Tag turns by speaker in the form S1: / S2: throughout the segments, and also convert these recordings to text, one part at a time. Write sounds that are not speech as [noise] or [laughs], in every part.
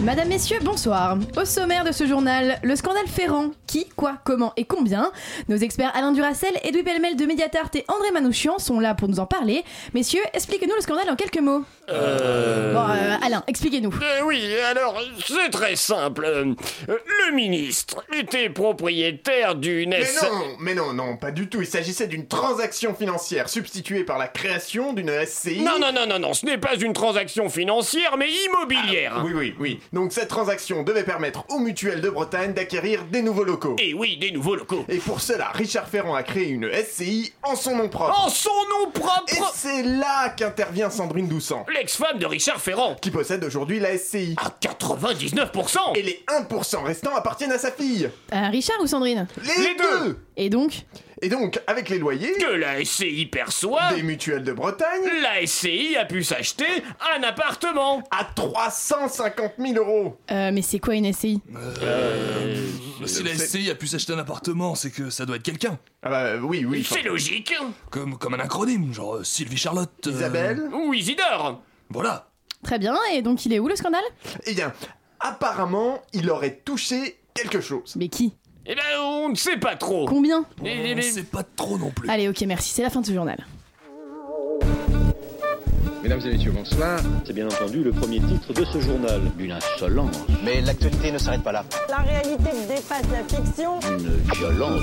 S1: Madame, messieurs, bonsoir. Au sommaire de ce journal, le scandale Ferrand. Qui, quoi, comment et combien Nos experts Alain Duracel, Edoui Pellemel de Mediatart et André Manouchian sont là pour nous en parler. Messieurs, expliquez-nous le scandale en quelques mots. Bon, euh, Alain, expliquez-nous.
S2: Euh, oui, alors, c'est très simple. Euh, Le ministre était propriétaire d'une
S3: Mais
S2: S...
S3: non, mais non, non, pas du tout. Il s'agissait d'une transaction financière substituée par la création d'une SCI.
S2: Non, non, non, non, non, ce n'est pas une transaction financière, mais immobilière.
S3: Ah, Oui, oui, oui. Donc cette transaction devait permettre aux mutuelles de Bretagne d'acquérir des nouveaux locaux.
S2: Et Eh oui, des nouveaux locaux.
S3: Et pour cela, Richard Ferrand a créé une SCI en son nom propre.
S2: En son nom
S3: Et
S2: propre
S3: c'est là qu'intervient Sandrine Doucet,
S2: L'ex-femme de Richard Ferrand.
S3: qui possède aujourd'hui la SCI.
S2: À 99%
S3: Et les 1% restants appartiennent à sa fille.
S1: Euh, Richard ou Sandrine
S3: Les,
S2: Les deux.
S3: deux.
S1: Et donc
S3: Et donc, avec les loyers
S2: Que la SCI perçoit,
S3: des mutuelles de Bretagne
S2: la SCI a pu s'acheter un appartement.
S3: à 350 000 euros.
S1: euh, Mais c'est quoi une SCI
S4: Euh, Si la SCI a pu s'acheter un appartement, c'est que ça doit être quelqu'un.
S3: Ah bah oui, oui.
S2: C'est logique.
S4: Comme, comme un acronyme, genre euh, Sylvie Charlotte. euh,
S3: Isabelle
S2: Ou Isidore.
S4: Voilà.
S1: Très bien, et donc il est où le scandale
S3: Eh bien, apparemment, il aurait touché quelque chose.
S1: Mais qui
S2: Eh ben, on ne sait pas trop.
S1: Combien
S2: Les- les-
S4: On
S2: les-
S4: sait pas trop non plus.
S1: Allez, ok, merci, c'est la fin de ce journal.
S5: Mesdames et messieurs, bonsoir.
S6: C'est bien entendu le premier titre de ce journal. Une insolence,
S7: Mais l'actualité ne s'arrête pas là.
S8: La réalité dépasse la fiction.
S6: une violence.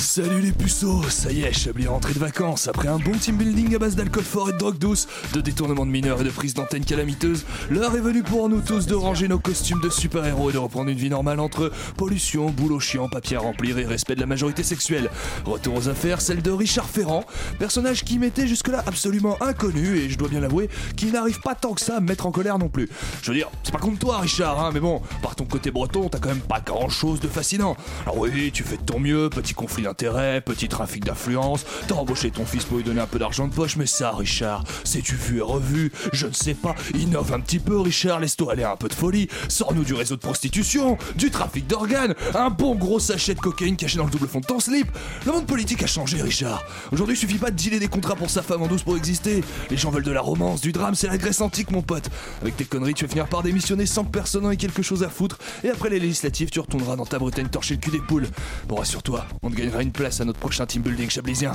S4: Salut les puceaux, ça y est, Chablis est rentré de vacances. Après un bon team building à base d'alcool fort et de drogue douce, de détournement de mineurs et de prise d'antenne calamiteuse, l'heure est venue pour nous tous de ranger nos costumes de super-héros et de reprendre une vie normale entre pollution, boulot chiant, papier à remplir et respect de la majorité sexuelle. Retour aux affaires, celle de Richard Ferrand, personnage qui m'était jusque-là absolument inconnu et je dois bien l'avouer, qui n'arrive pas tant que ça à me mettre en colère non plus. Je veux dire, c'est pas contre toi Richard, hein, mais bon, par ton côté breton, t'as quand même pas grand-chose de fascinant. Alors oui, tu fais de ton mieux, petit conflit d'intérêts, petit trafic d'influence, t'as embauché ton fils pour lui donner un peu d'argent de poche, mais ça Richard, sais-tu vu et revu Je ne sais pas, innove un petit peu Richard, laisse-toi aller à un peu de folie, sors-nous du réseau de prostitution, du trafic d'organes, un bon gros sachet de cocaïne caché dans le double fond de ton slip. Le monde politique a changé Richard. Aujourd'hui, il suffit pas de dealer des contrats pour sa femme en douce pour exister. Les gens veulent de la romance, du drame, c'est la Grèce antique, mon pote. Avec tes conneries, tu vas finir par démissionner sans que personne n'en ait quelque chose à foutre. Et après les législatives, tu retourneras dans ta Bretagne torcher le cul des poules. Bon, rassure-toi, on te gagnera une place à notre prochain team building chablisien.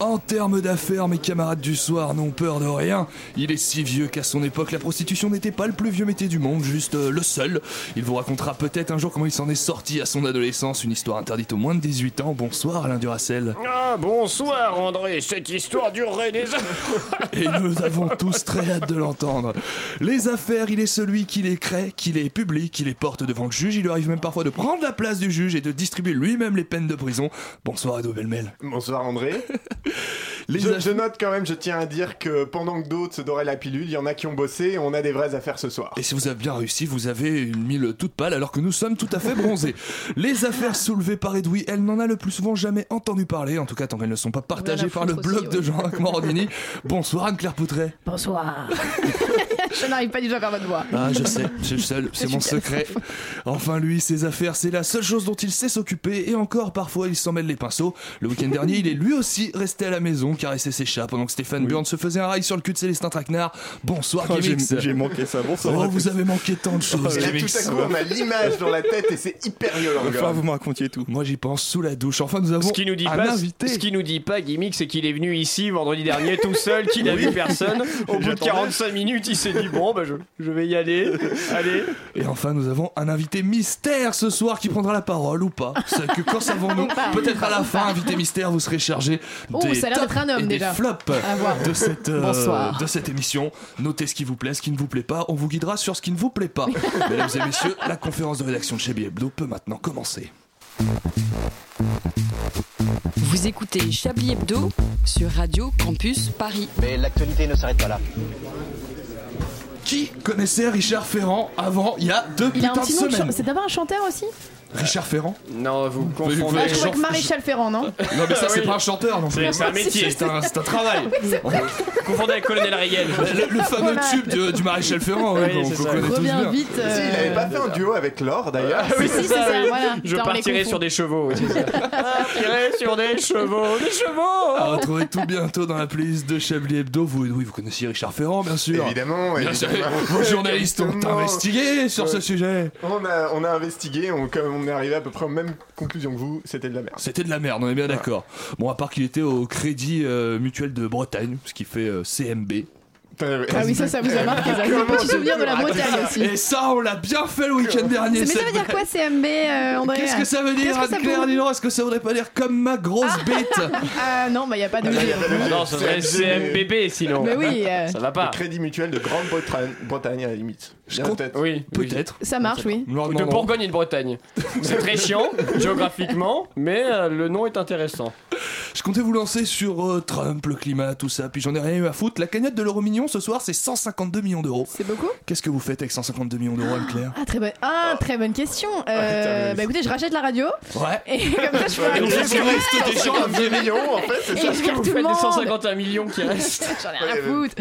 S4: En termes d'affaires, mes camarades du soir n'ont peur de rien. Il est si vieux qu'à son époque, la prostitution n'était pas le plus vieux métier du monde, juste euh, le seul. Il vous racontera peut-être un jour comment il s'en est sorti à son adolescence, une histoire interdite aux moins de 18 ans. Bonsoir Alain Duracel.
S2: Ah, bonsoir, André. Cette histoire durerait des [laughs] heures.
S4: Et nous avons tous très hâte de l'entendre. Les affaires, il est celui qui les crée, qui les publie, qui les porte devant le juge. Il lui arrive même parfois de prendre la place du juge et de distribuer lui-même les peines de prison. Bonsoir Ado Belmel.
S3: Bonsoir André.
S4: Les
S3: Je,
S4: aff-
S3: je note quand même, je tiens à dire que pendant que d'autres se doraient la pilule, il y en a qui ont bossé et on a des vraies affaires ce soir.
S4: Et si vous avez bien réussi, vous avez une mille toute pâle alors que nous sommes tout à fait [laughs] bronzés. Les affaires soulevées par Edoui, elle n'en a le plus souvent jamais entendu parler, en tout cas tant qu'elles ne sont pas partagées
S1: la
S4: par le
S1: foutre
S4: blog
S1: aussi,
S4: de
S1: ouais. [laughs]
S4: Jean-Marc Morandini. Bonsoir Anne-Claire Poutret.
S1: Bonsoir. [laughs] je n'arrive pas du tout à faire votre voix.
S4: Ah, je sais, je suis le seul, c'est
S1: Je
S4: mon
S1: suis
S4: secret. Enfin, lui, ses affaires, c'est la seule chose dont il sait s'occuper, et encore, parfois, il s'en mêle les pinceaux. Le week-end dernier, il est lui aussi resté à la maison, caresser ses chats, pendant que Stéphane Bjorn se faisait un rail sur le cul de Célestin Traquenard. Bonsoir, Gimix.
S3: manqué ça,
S4: Oh, vous avez manqué tant de choses,
S3: Et là,
S4: Gimix.
S3: tout à coup, on a l'image dans la tête et c'est hyper violent. quoi.
S4: me racontiez tout. Moi, j'y pense sous la douche. Enfin, nous avons
S2: Ce qui nous dit
S4: un
S2: pas,
S4: invité.
S2: ce qui nous dit pas, gimmick, c'est qu'il est venu ici vendredi dernier tout seul, qu'il n'a vu personne. [laughs] Au bout de 45 minutes, il s'est dit bon, bah, je, je vais y aller. Allez.
S4: Et enfin, nous avons un invité mystère ce soir qui prendra la parole ou pas. C'est que
S1: [laughs]
S4: quand savons-nous Peut-être à la fin, invité mystère, vous serez chargé
S1: Oh,
S4: des
S1: ça a l'air
S4: tops
S1: d'être un homme,
S4: et des
S1: déjà.
S4: flops
S1: À voir.
S4: de cette euh,
S1: Bonsoir.
S4: de cette émission. Notez ce qui vous plaît, ce qui ne vous plaît pas. On vous guidera sur ce qui ne vous plaît pas.
S1: [laughs]
S4: Mesdames et messieurs, la conférence de rédaction de chez Hebdo peut maintenant commencer.
S9: Vous écoutez Chablis Hebdo sur Radio Campus Paris.
S7: Mais l'actualité ne s'arrête pas là.
S4: Qui connaissait Richard Ferrand avant il y a deux
S1: Il a
S4: putains
S1: un
S4: de
S1: petit nom de
S4: semaines
S1: chan- C'est d'abord un chanteur aussi
S4: Richard Ferrand
S2: Non, vous
S4: Ah,
S2: confondez.
S1: je crois que
S3: [laughs]
S1: Maréchal Ferrand, non
S4: Non, mais ça,
S1: Ah
S4: c'est
S2: oui.
S4: pas un chanteur, non
S2: C'est c'est un métier.
S4: C'est un, c'est un travail.
S2: Vous confondez avec Colonel Reagan.
S4: Le, le fameux
S1: Voilà.
S4: tube du, du maréchal Ferrand, ouais,
S2: Oui,
S4: qu'on
S2: c'est
S4: qu'on
S2: ça.
S4: connaît tous
S1: Reviens
S4: bien.
S1: vite.
S3: Si, il avait
S1: euh,
S3: pas fait un duo avec Laure d'ailleurs.
S1: Si, c'est ça, voilà.
S2: Je
S1: Putain, on les
S2: partirai
S1: confond.
S2: sur des chevaux. aussi.
S1: [laughs]
S2: Partirai sur des chevaux, des chevaux.
S4: À retrouver tout bientôt dans la playlist de Chablis Hebdo. Vous, oui, vous connaissiez Richard Ferrand, bien sûr.
S3: Évidemment,
S4: Bien sûr.
S3: évidemment.
S4: Vos journalistes ont
S3: Exactement.
S4: investigué sur ce
S3: Ouais.
S4: sujet.
S3: On a, on a investigué, on, comme on est arrivé à peu près aux mêmes conclusions que vous, c'était de la merde.
S4: C'était de la merde, on est bien d'accord. Bon, à part qu'il était au Crédit euh, Mutuel de Bretagne, ce qui fait euh, CMB.
S1: Ah oui, ça, ça vous a marqué. ça. C'est un petit souvenir de la Bretagne aussi.
S4: Et ça, on l'a bien fait le week-end dernier.
S1: Mais ça veut
S4: cette
S1: dire quoi, CMB, euh, André
S4: Qu'est-ce que ça veut dire,
S1: Qu'est-ce que ça
S4: Anne-Claire
S1: veut-
S4: Dillon Est-ce que ça voudrait pas dire comme ma grosse bête
S1: Ah non, bah il n'y a pas de. G.
S2: Ah Non, ça serait CMPP sinon.
S1: Mais oui, euh,
S2: Ça va pas.
S3: Crédit mutuel de Grande-Bretagne à la limite. Bien,
S4: compte-
S3: peut-être.
S2: Oui.
S4: Peut-être.
S1: ça marche, oui.
S4: Non,
S2: Ou
S4: Oh, non,
S2: De
S4: non.
S2: Bourgogne et de Bretagne.
S4: [laughs]
S2: C'est très chiant géographiquement, mais euh, le nom est intéressant.
S4: Je comptais vous lancer sur euh, Trump, le climat, tout ça, puis j'en ai rien eu à foutre. La cagnotte de l'euro million ce soir, c'est 152 millions d'euros.
S1: C'est beaucoup
S4: Qu'est-ce que vous faites avec 152 millions d'euros, Anne-Claire
S1: Ah, très bonne, ah, très bonne question. Euh, bah écoutez, je rachète la radio
S4: Ouais.
S1: et comme ça, je fais
S4: Et
S1: un
S4: on
S1: groupe.
S4: laisse le reste
S3: Ah,
S4: des gens.
S3: 52 millions en fait, c'est
S1: Et
S3: ça.
S1: je
S2: Que
S1: vire
S2: vous
S1: tout le
S2: faites des
S1: monde.
S2: 151 millions qui restent.
S4: [laughs]
S1: J'en ai rien à foutre.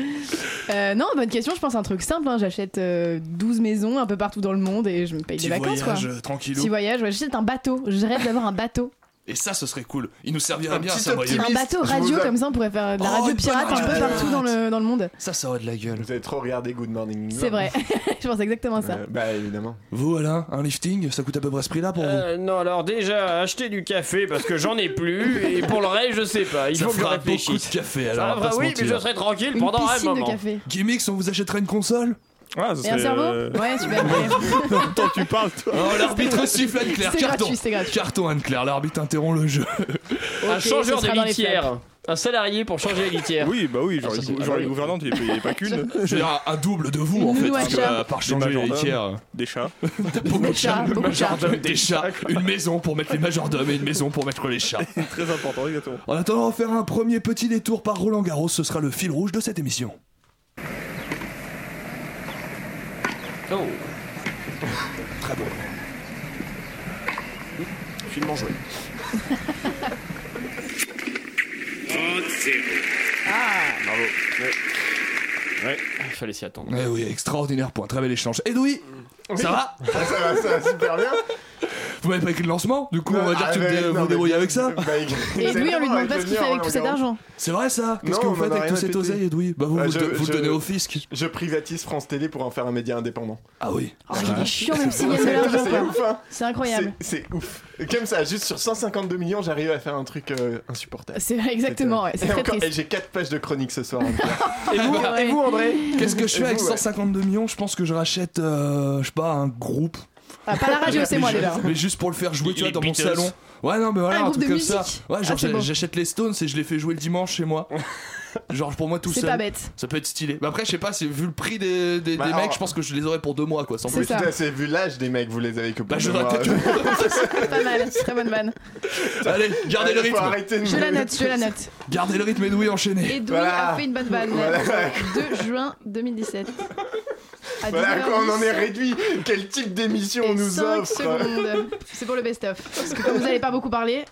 S1: Euh, non, bonne question. Je pense à un truc simple. hein. J'achète euh, 12 maisons un peu partout dans le monde et je me paye
S4: Petit
S1: des vacances.
S4: voyage,
S1: quoi.
S4: euh, tranquillou.
S1: Petit voyage, ouais. j'achète un bateau. Je rêve d'avoir un bateau.
S4: Et ça, ce serait cool. Il nous servirait
S3: Un
S4: bien,
S3: petit
S4: ça, voyage.
S3: optimisme.
S1: Un
S3: Miss,
S1: bateau
S3: je
S1: radio,
S3: vous a-
S1: comme ça on pourrait faire de la
S4: Oh,
S1: radio
S4: une
S1: pirate
S4: bonne
S1: un peu
S4: radio
S1: partout dans le, dans le monde.
S4: Ça, ça aurait de la gueule.
S3: Vous avez trop regardé Good Morning.
S1: C'est vrai, [laughs] je pense exactement à ça.
S3: Euh, bah évidemment.
S4: Vous, Alain, un lifting, ça coûte à peu près ce prix-là pour vous
S2: Euh, non, alors déjà, acheter du café parce que j'en ai plus et pour le reste, je sais pas. Il
S4: Ça
S2: faut que je
S4: fera beaucoup de
S2: réfléchisse.
S4: café, alors.
S2: Ah,
S4: on va
S2: bah
S4: pas se
S2: oui, mais
S4: mentir.
S2: je serai tranquille
S1: Une
S2: pendant un
S1: piscine de
S2: moment.
S1: café.
S4: Gimmicks, on vous achèterait une console
S10: Ah, ça
S1: Et un
S10: serait, euh,
S1: cerveau Ouais, super.
S3: [laughs]
S10: Attends, tu parles, toi.
S4: [laughs] Oh, l'arbitre siffle Anne-Claire,
S1: C'est
S4: carton
S1: gratuit, c'est gratuit.
S4: Carton Anne-Claire, l'arbitre interrompt [laughs] le jeu.
S2: Un
S1: Ok,
S2: changeur de
S1: ce sera dans les
S2: litière. Un salarié pour changer la litière.
S10: Oui, bah oui, genre,
S2: Ah, ça,
S10: les,
S2: c'est
S10: gou-
S2: pas
S10: genre
S2: mal.
S10: les gouvernantes, il n'y avait
S3: [laughs]
S10: pas qu'une. euh,
S4: Je veux dire, un- un double de vous en fait,
S1: Nounou à
S4: parce que,
S1: chat.
S4: à part changer
S10: Des
S4: les
S10: majordomes.
S4: litières,
S10: Des chats.
S1: Beaucoup de chats, beaucoup de chats.
S4: des chats, une maison pour mettre les majordomes et une maison pour mettre les chats.
S10: Très important, exactement.
S4: En attendant, on va faire un premier petit détour par Roland Garros, ce sera le fil rouge de cette émission.
S2: Oh.
S4: Très bon.
S10: Finement joué.
S11: Ah,
S2: Ouais, il fallait s'y attendre.
S4: Eh oui, extraordinaire point, très bel échange. Edoui, ça va
S3: Ah, ça, va, ça va super bien.
S4: Vous m'avez pas écrit le lancement Du coup, on va dire
S3: Ah,
S4: que tu
S3: mais-
S4: te dé-
S3: non,
S4: vous
S3: mais-
S4: débrouillez avec ça
S3: Bah,
S1: Et lui, on lui
S3: exactement,
S1: demande pas ce
S3: le
S1: qu'il fait avec
S3: Roland
S1: tout cet
S3: Garros.
S1: argent.
S4: C'est vrai ça Qu'est-ce
S3: Non,
S4: que vous
S3: on en
S4: faites
S3: a
S4: avec
S3: rien
S4: tout
S3: à
S4: cet
S3: péter.
S4: oseille, Edoui Bah, vous,
S3: Ah,
S4: vous,
S3: je-
S4: le- vous le
S3: je-
S4: donnez au fisc.
S3: Je privatise France Télé pour en faire un média
S1: [laughs]
S3: indépendant.
S4: Ah oui.
S1: Oh, il est chiant, même s'il gagne de
S3: C'est
S1: l'argent.
S3: c'est
S1: quoi.
S3: ouf, hein.
S1: C'est incroyable.
S3: C'est c'est ouf. Comme ça, juste sur 152 millions, j'arrive à faire un truc euh, insupportable.
S1: C'est vrai, exactement, ouais, c'est
S3: Et
S1: très
S3: encore- et
S1: triste.
S3: j'ai 4 pages de chronique ce soir.
S2: Et vous,
S1: Ouais.
S2: et vous, André
S4: Qu'est-ce que je fais
S3: Et
S4: avec
S3: vous, [laughs] ouais.
S4: 152 millions Je pense que je rachète, euh, je sais pas, un groupe.
S1: Ah, pas la radio, c'est
S4: mais
S1: moi
S4: ju-
S1: déjà.
S3: [laughs]
S4: Mais juste pour le faire jouer, tu
S2: Les
S4: vois, dans mon
S2: Beatles.
S4: salon. Ouais, non, mais voilà,
S1: Ah,
S4: un,
S1: un groupe
S4: truc
S1: de
S4: comme ça.
S1: musique.
S4: Ouais,
S1: Ah,
S4: genre,
S1: c'est
S4: j'a-
S1: beau.
S4: j'achète les Stones et je les fais jouer le dimanche chez
S1: [laughs]
S4: moi. genre, pour moi tout
S1: C'est
S4: seul.
S1: pas bête.
S4: Ça peut être stylé. Mais après, je sais pas, c'est vu le prix des, des,
S3: Bah,
S4: des
S3: alors-
S4: mecs, je pense que je les aurais pour deux mois, quoi, sans
S1: C'est
S4: plus.
S1: ça.
S3: C'est vu l'âge des mecs, vous les avez que pour
S4: Bah, je
S3: deux mois.
S4: rachète
S1: Pas mal, très bonne vanne.
S4: Allez, gardez le
S3: Allez, faut
S4: rythme.
S3: arrêter de
S1: Je
S3: me-
S1: la note, je la note.
S4: Gardez le rythme, Edoui, enchaîné.
S1: Edoui
S3: Voilà.
S1: a fait une bonne vanne.
S3: Voilà.
S1: 2 juin 2017. À
S3: [laughs] Voilà à quoi on en est
S1: 19h10.
S3: réduit. Quel type d'émission
S1: Et
S3: on nous
S1: 5
S3: offre
S1: secondes. C'est pour le best-of. Parce que comme vous n'allez pas beaucoup
S3: [laughs]
S1: parler,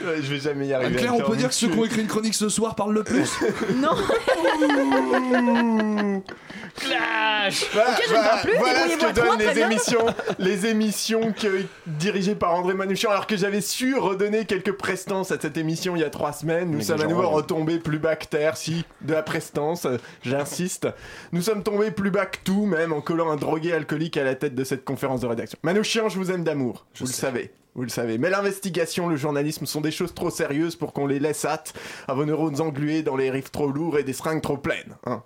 S3: Ouais, Je vais jamais y arriver.
S4: Ah, Claire,
S3: à
S4: on
S3: faire
S4: peut dire
S3: mieux.
S4: que ceux qui ont écrit une chronique ce soir parlent
S3: [laughs]
S4: le plus.
S1: non. [laughs]
S2: Clash
S3: Voilà,
S1: je ne parle plus,
S3: voilà ce
S1: débrouillez-vous à
S3: que
S1: trois,
S3: donnent
S1: très
S3: les
S1: bien.
S3: émissions, les émissions que, dirigées par André Manouchian. Alors que j'avais su redonner quelques prestances à cette émission il y a trois semaines, nous
S2: Mais
S3: sommes à
S2: genre,
S3: nouveau
S2: ouais.
S3: retombés plus bas que terre, si de la prestance, euh, j'insiste. Nous sommes tombés plus bas que tout, même en collant un drogué alcoolique à la tête de cette conférence de rédaction. Manouchian, je vous aime d'amour, vous le savez. Vous le savez, mais l'investigation, le journalisme sont des choses trop sérieuses pour qu'on les laisse hâte à vos neurones englués dans les rives trop lourds et des seringues trop pleines. hein.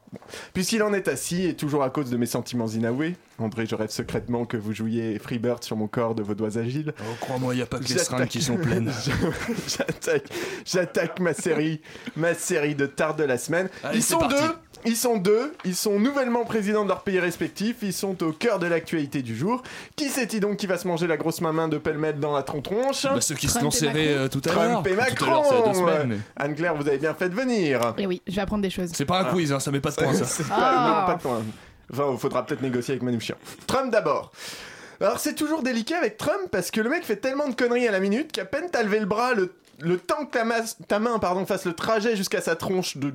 S3: Puisqu'il en est assis, et toujours à cause de mes sentiments inavoués, André, je rêve secrètement que vous jouiez Freebird sur mon corps de vos doigts agiles.
S4: Oh, crois-moi, y a pas que les
S3: J'attaque.
S4: seringues qui
S3: [laughs]
S4: sont pleines.
S3: J'attaque, j'attaque ma série, ma série de tard de la semaine.
S4: Allez,
S3: ils
S4: c'est
S3: sont
S4: parti.
S3: deux, ils sont deux, ils sont nouvellement présidents de leur pays respectif, ils sont au cœur de l'actualité du jour. Qui c'est-il donc qui va se manger la grosse main de pêle-mêle dans la trontronche
S4: Bah, ceux qui se
S1: Trump et
S4: lanceraient
S1: Macron.
S4: euh, tout à
S3: Trump
S4: l'heure.
S3: et
S4: Tout à l'heure, c'est il y a deux
S3: Macron,
S4: semaines,
S3: ouais.
S4: mais-
S3: Anne-Claire, vous avez bien fait de venir.
S1: Et Eh oui, je vais apprendre des choses.
S4: C'est
S3: Ah.
S4: pas un quiz, hein, ça met pas de points, ça.
S3: C'est
S1: Ah.
S3: pas, non, pas de point. Enfin, faudra peut-être négocier avec Manouchian. Trump d'abord. Alors c'est toujours délicat avec Trump parce que le mec fait tellement de conneries à la minute qu'à peine t'as levé le bras, le, le temps que ta, masse- ta main pardon, fasse le trajet jusqu'à sa tronche de...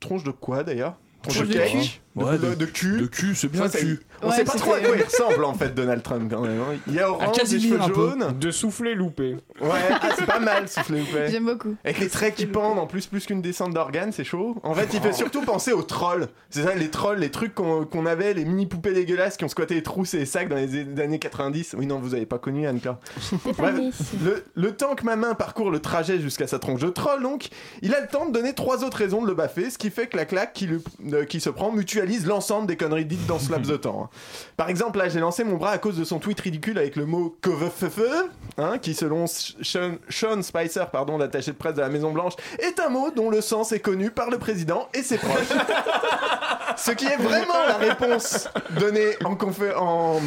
S3: Tronche de quoi d'ailleurs Tronche
S1: Tronche de
S3: cake de,
S4: Ouais,
S3: de- de cul
S4: Le cul, c'est bien
S3: Ça,
S4: le
S3: c'est-
S4: cul.
S3: On
S1: Ouais,
S3: sait pas
S1: c'était-
S3: trop à quoi il ressemble en fait Donald Trump quand même. hein. Il y a
S4: À
S3: orange, des
S4: Casimir,
S3: cheveux
S4: un peu.
S3: jaunes.
S2: De souffler loupé.
S3: Ouais, ah, c'est pas mal soufflé vous plaît.
S1: J'aime beaucoup.
S3: Avec les traits qui pendent en plus plus qu'une descente d'organes, c'est chaud. En fait, il fait surtout penser aux trolls. C'est ça, les trolls, les trucs qu'on qu'on avait, les mini poupées dégueulasses qui ont squatté les trousses et les sacs dans les années 90. Oui, non, vous avez pas connu Anne-Claire. Bref, le, le temps que ma main parcourt le trajet jusqu'à sa tronche de troll, donc, il a le temps de donner trois autres raisons de le baffer, ce qui fait que la claque qui, lui- euh, qui se prend mutualise l'ensemble des conneries dites
S2: [laughs]
S3: dans ce laps de temps. hein. Par exemple, là, j'ai lancé mon bras à cause de son tweet ridicule avec le mot couvre-feu, hein, qui, selon Sean, Sean Spicer, pardon, l'attaché de presse de la Maison Blanche, est un mot dont le sens est connu par le président et ses proches.
S2: [laughs]
S3: Ce qui est vraiment la réponse donnée en, confé- en-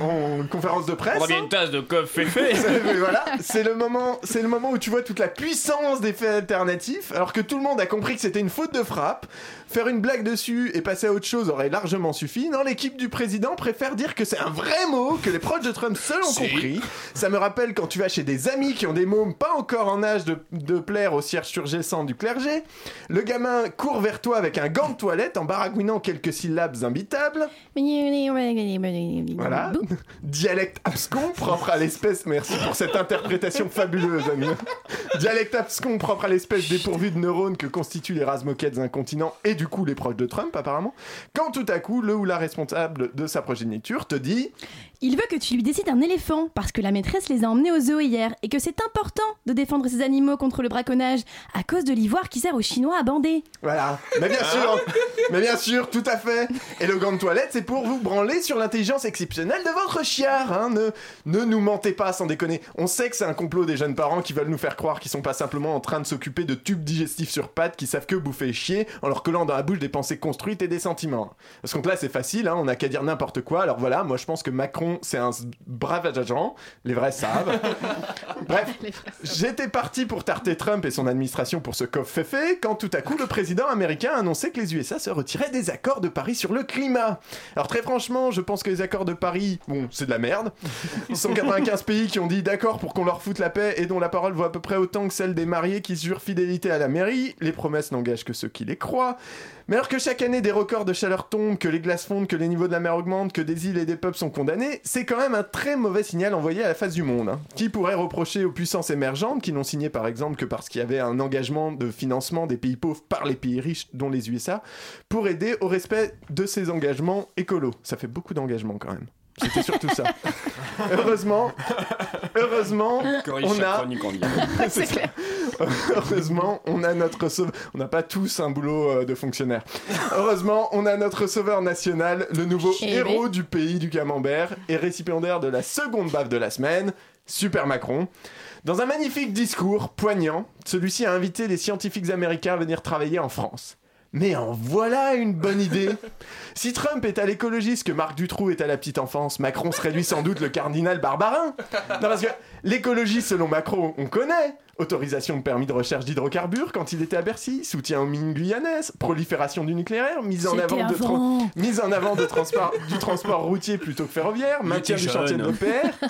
S3: en conférence de presse. hein.
S2: On a bien une tasse de coffee fait.
S11: [laughs]
S3: Ça, mais voilà, c'est le moment, c'est le moment où tu vois toute la puissance des faits alternatifs, alors que tout le monde a compris que c'était une faute de frappe. Faire une blague dessus et passer à autre chose aurait largement suffi. Non, l'équipe du président préfère dire que c'est un vrai mot que les proches de Trump seuls ont
S4: Si.
S3: compris. Ça me rappelle quand tu vas chez des amis qui ont des mômes pas encore en âge de, de plaire au surgescent du clergé. Le gamin court vers toi avec un gant de toilette en baragouinant quelques syllabes imbitables. Voilà. Dialecte abscon propre à l'espèce. Merci pour cette interprétation fabuleuse, ami. Dialecte abscon propre à l'espèce dépourvue de neurones que constituent les races moquettes incontinents et du coup les proches de Trump, apparemment. Quand tout à coup, le ou la responsable de sa progéniture te dit
S1: Il veut que tu lui décides un éléphant parce que la maîtresse les a emmenés au zoo hier et que c'est important de défendre ces animaux contre le braconnage à cause de l'ivoire qui sert aux Chinois à bander.
S3: Voilà. Mais bien sûr, mais bien sûr, tout à fait. Et le gant de toilette, c'est pour vous branler sur l'intelligence exceptionnelle de votre chiard. Hein. Ne, ne nous mentez pas, sans déconner. On sait que c'est un complot des jeunes parents qui veulent nous faire croire qu'ils sont pas simplement en train de s'occuper de tubes digestifs sur pattes qui savent que bouffer chier en leur collant dans la bouche des pensées construites et des sentiments. Parce que là, c'est facile, hein, on n'a qu'à dire n'importe quoi. Alors voilà, moi je pense que Macron, c'est un s- brave agent. Les vrais savent. Bref, J'étais parti pour tarter Trump et son administration pour ce coffre fait quand tout à coup le président américain annonçait que les USA se retiraient des accords de Paris sur le climat. Alors très franchement, je pense que les accords de Paris, bon, c'est de la merde. 195 pays qui ont dit d'accord pour qu'on leur foute la paix et dont la parole vaut à peu près autant que celle des mariés qui se jurent fidélité à la mairie. Les promesses n'engagent que ceux qui les croient. Mais alors que chaque année des records de chaleur tombent, que les glaces fondent, que les niveaux de la mer augmentent, que des îles et des peuples sont condamnés, c'est quand même un très mauvais signal envoyé à la face du monde. hein. Qui pourrait reprocher aux puissances émergentes qui n'ont signé par exemple que parce qu'il y avait un engagement de financement des pays pauvres par les pays riches, dont les USA, pour aider au respect de ces engagements écolos Ça fait beaucoup d'engagements quand même. C'était surtout ça. heureusement, heureusement, on a [laughs] c'est clair. Heureusement, on a notre sauveur. On n'a pas tous un boulot euh, de fonctionnaire. Heureusement, on a notre sauveur national, le nouveau
S1: Eh
S3: héros du pays du camembert et récipiendaire de la seconde baffe de la semaine, Super Macron. Dans un magnifique discours poignant, celui-ci a invité les scientifiques américains à venir travailler en France. Mais en voilà une bonne idée Si Trump est à l'écologiste que Marc Dutroux est à la petite enfance, Macron serait lui sans doute le cardinal barbarin Non parce que l'écologie selon Macron, on connaît Autorisation de permis de recherche d'hydrocarbures quand il était à Bercy, soutien aux mines guyanaises, prolifération du nucléaire, mise en avant de, tran- mise en avant de transport, du transport routier plutôt que ferroviaire, maintien du
S2: était
S3: chantier de
S2: jeune.
S3: l'OPR.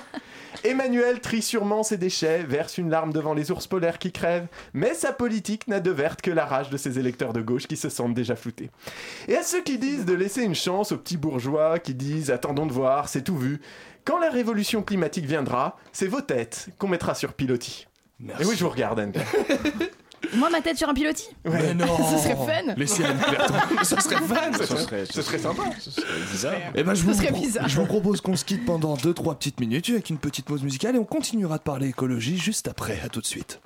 S3: Emmanuel trie sûrement ses déchets, verse une larme devant les ours polaires qui crèvent, mais sa politique n'a de verte que la rage de ses électeurs de gauche qui se sentent déjà floutés. Et à ceux qui disent de laisser une chance aux petits bourgeois qui disent attendons de voir, c'est tout vu, quand la révolution climatique viendra, c'est vos têtes qu'on mettra sur pilotis.
S4: Merci.
S3: Et oui, je vous regarde, Anne.
S1: Moi, ma tête sur un pilotis
S4: Mais non
S1: [laughs] Ce serait fun.
S4: Laissez Anne Claire tranquille. Ça serait fun
S3: Ce serait, ce serait sympa.
S4: Eh ben, je, vous
S1: serait
S4: pro-
S1: bizarre.
S4: je vous propose qu'on se quitte pendant 2-3 petites minutes avec une petite pause musicale et on continuera de parler écologie juste après. À tout de suite.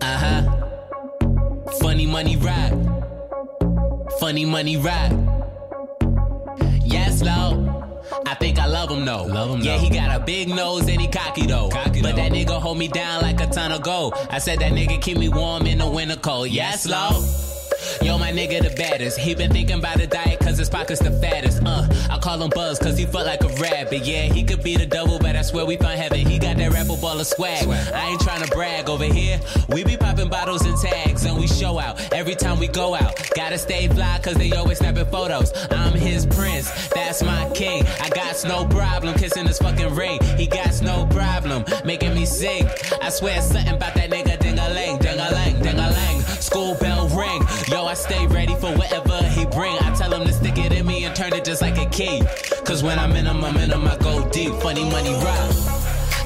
S12: Uh-huh. Funny money rap. Funny money rap. Yes, Lord. I think I love him though. Love him yeah, he got a big nose and he cocky though. but that nigga hold me down like a ton of gold. I said that nigga keep me warm in the winter cold. Yes, Lord. Yo, my nigga the baddest. He been thinking about a diet cause his pockets the fattest. Uh, I call him Buzz cause he felt like a rabbit. Yeah, he could be the devil, but that's where we found heaven. He got that rapper ball of swag. I ain't trying to brag over here. We be popping bottles and tags and we show out every time we go out. Gotta stay fly cause they always snapping photos. I'm his prince, that's my king. I got no problem kissing his fucking ring. He got no problem making me sick. I swear it's something about that nigga ding a ling, ding a ling, ding a ling. School bell ring. Yo, I stay ready for whatever he bring. I tell him to stick it in me and turn it just like a key. Cause when I'm in him, I'm in him, I go deep. Funny money rock.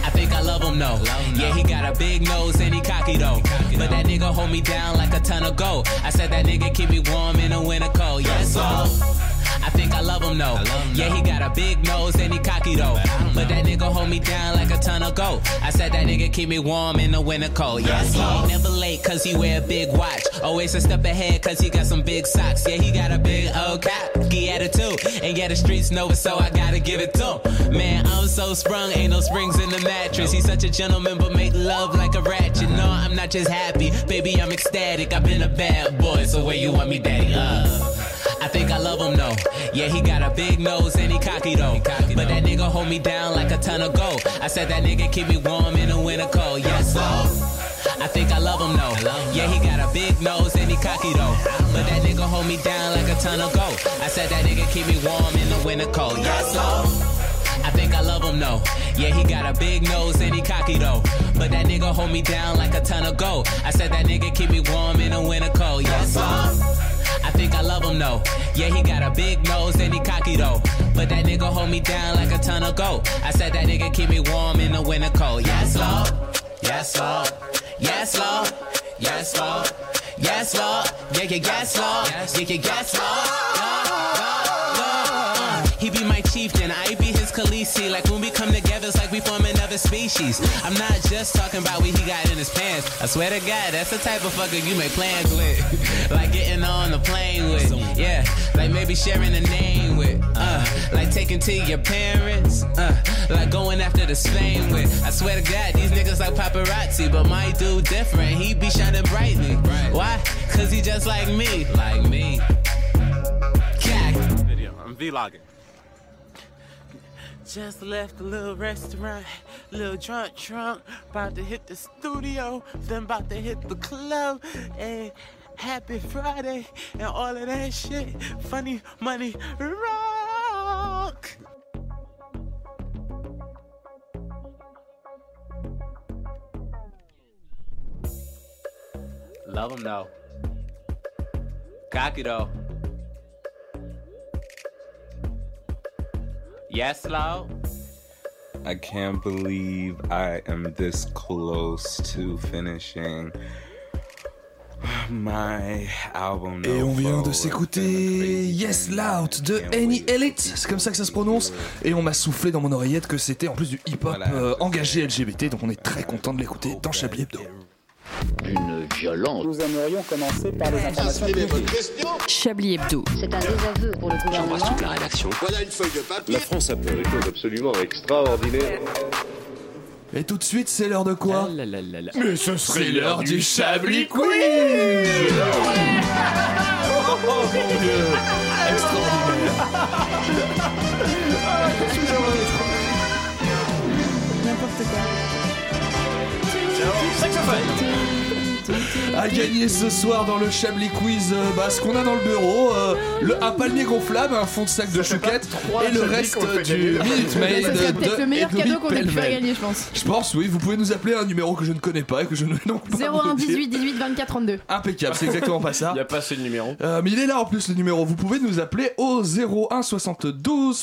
S12: I think I love him though. Yeah, he got a big nose and he cocky though. But that nigga hold me down like a ton of gold. I said that nigga keep me warm in the winter cold. Yes, so I think I love him though. Yeah, he got a big nose and he cocky though. But that nigga hold me down like a ton of gold. I said that nigga keep me warm in the winter cold. Yes, he ain't never late cause he wear a big watch. Always a step ahead cause he got some big socks. Yeah, he got a big old cocky attitude. And yeah, the streets know it, so I gotta give it to him. Man, I'm so sprung, ain't no springs in the mattress. He's such a gentleman, but make love like a ratchet. No, I'm not just happy, baby, I'm ecstatic. I've been a bad boy, so where you want me, daddy? Uh, I think I love him though. Yeah, he got a big nose and he cocky though. But that nigga hold me down like a ton of gold. I said that nigga keep me warm in the winter cold. Yes, so I think I love him though. Yeah, he got a big nose and he cocky though. But that nigga hold me down like a ton of gold. I said that nigga keep me warm in the winter cold. Yes, so I think I love him though. Yeah, he got a big nose and he cocky though. But that nigga hold me down like a ton of gold. I said that nigga keep me warm in the winter cold. Yes, so I think I love him though. Yeah, he got a big nose and he cocky though. But that nigga hold me down like a ton of gold. I said that nigga keep me warm in the winter cold. Yes, Lord. Yes, Lord. Yes, Lord. Yes, Lord. Yes, Lord. Yeah, yeah, yes, Lord. Yeah, yeah, yes, Lord. Lord, Lord, Lord. Uh, He be my chieftain. I be his Khaleesi. Like when we come together, it's like we form another species. I'm not just talking about what he got in his pants. I swear to God, that's the type of fucker you make plans with. [laughs] like getting on the plane with. Yeah. Like maybe sharing a name with. Uh, like taking to your parents. Uh, like going after the Spain with. I swear to God, these niggas like paparazzi. But my dude different. He be shining brightly. Why? Cause he just like me. Like me.
S13: Video. I'm vlogging. Just left the little restaurant, little drunk drunk, about to hit the studio, then about to hit the club, and happy Friday, and all of that shit. Funny money rock.
S12: Love him though. Cocky though. Yes, Lord.
S14: I can't believe I am this close to finishing my album.
S4: Et on vient de
S14: Novo.
S4: s'écouter Yes Loud de Any Elite, c'est comme ça que ça se prononce. Et on m'a soufflé dans mon oreillette que c'était en plus du hip-hop euh, engagé LGBT, donc on est très content de l'écouter
S3: Oh,
S4: dans
S3: bah,
S4: Chablis Hebdo.
S6: D'une violence. Nous aimerions commencer par les informations
S9: Chablis Hebdo.
S15: C'est un désaveu pour le gouvernement.
S6: toute la rédaction. Voilà une feuille de papier. La France a fait des choses absolument extraordinaires.
S4: Et tout de suite, c'est l'heure de quoi
S6: Mais ce serait
S4: C'est
S6: l'heure du
S4: Chablis Quiz
S6: Oh mon dieu Extraordinaire
S15: N'importe
S4: À gagner ce soir dans le Chablis Quiz, euh, bah, ce qu'on a dans le bureau, euh, le, un palmier gonflable, un fond de sac de chouquette et le
S3: Chablis
S4: reste
S3: qu'on fait
S4: du
S3: gagner.
S4: Minute Maid
S1: Ça serait peut-être
S4: de
S1: le meilleur
S4: Edoui
S1: cadeau qu'on ait pu faire
S4: Pellemel.
S1: gagner, je
S4: [laughs]
S1: pense.
S4: Je pense, oui, vous pouvez nous appeler à un numéro que je ne connais pas et que je ne [laughs] vais donc pas.
S1: 01
S4: vous dire.
S1: 18 18 24 32.
S4: Impeccable, c'est exactement
S2: [laughs]
S4: pas ça. Il n'y a pas assez de numéro. mais il est là en plus le numéro. Vous pouvez nous appeler au 01 72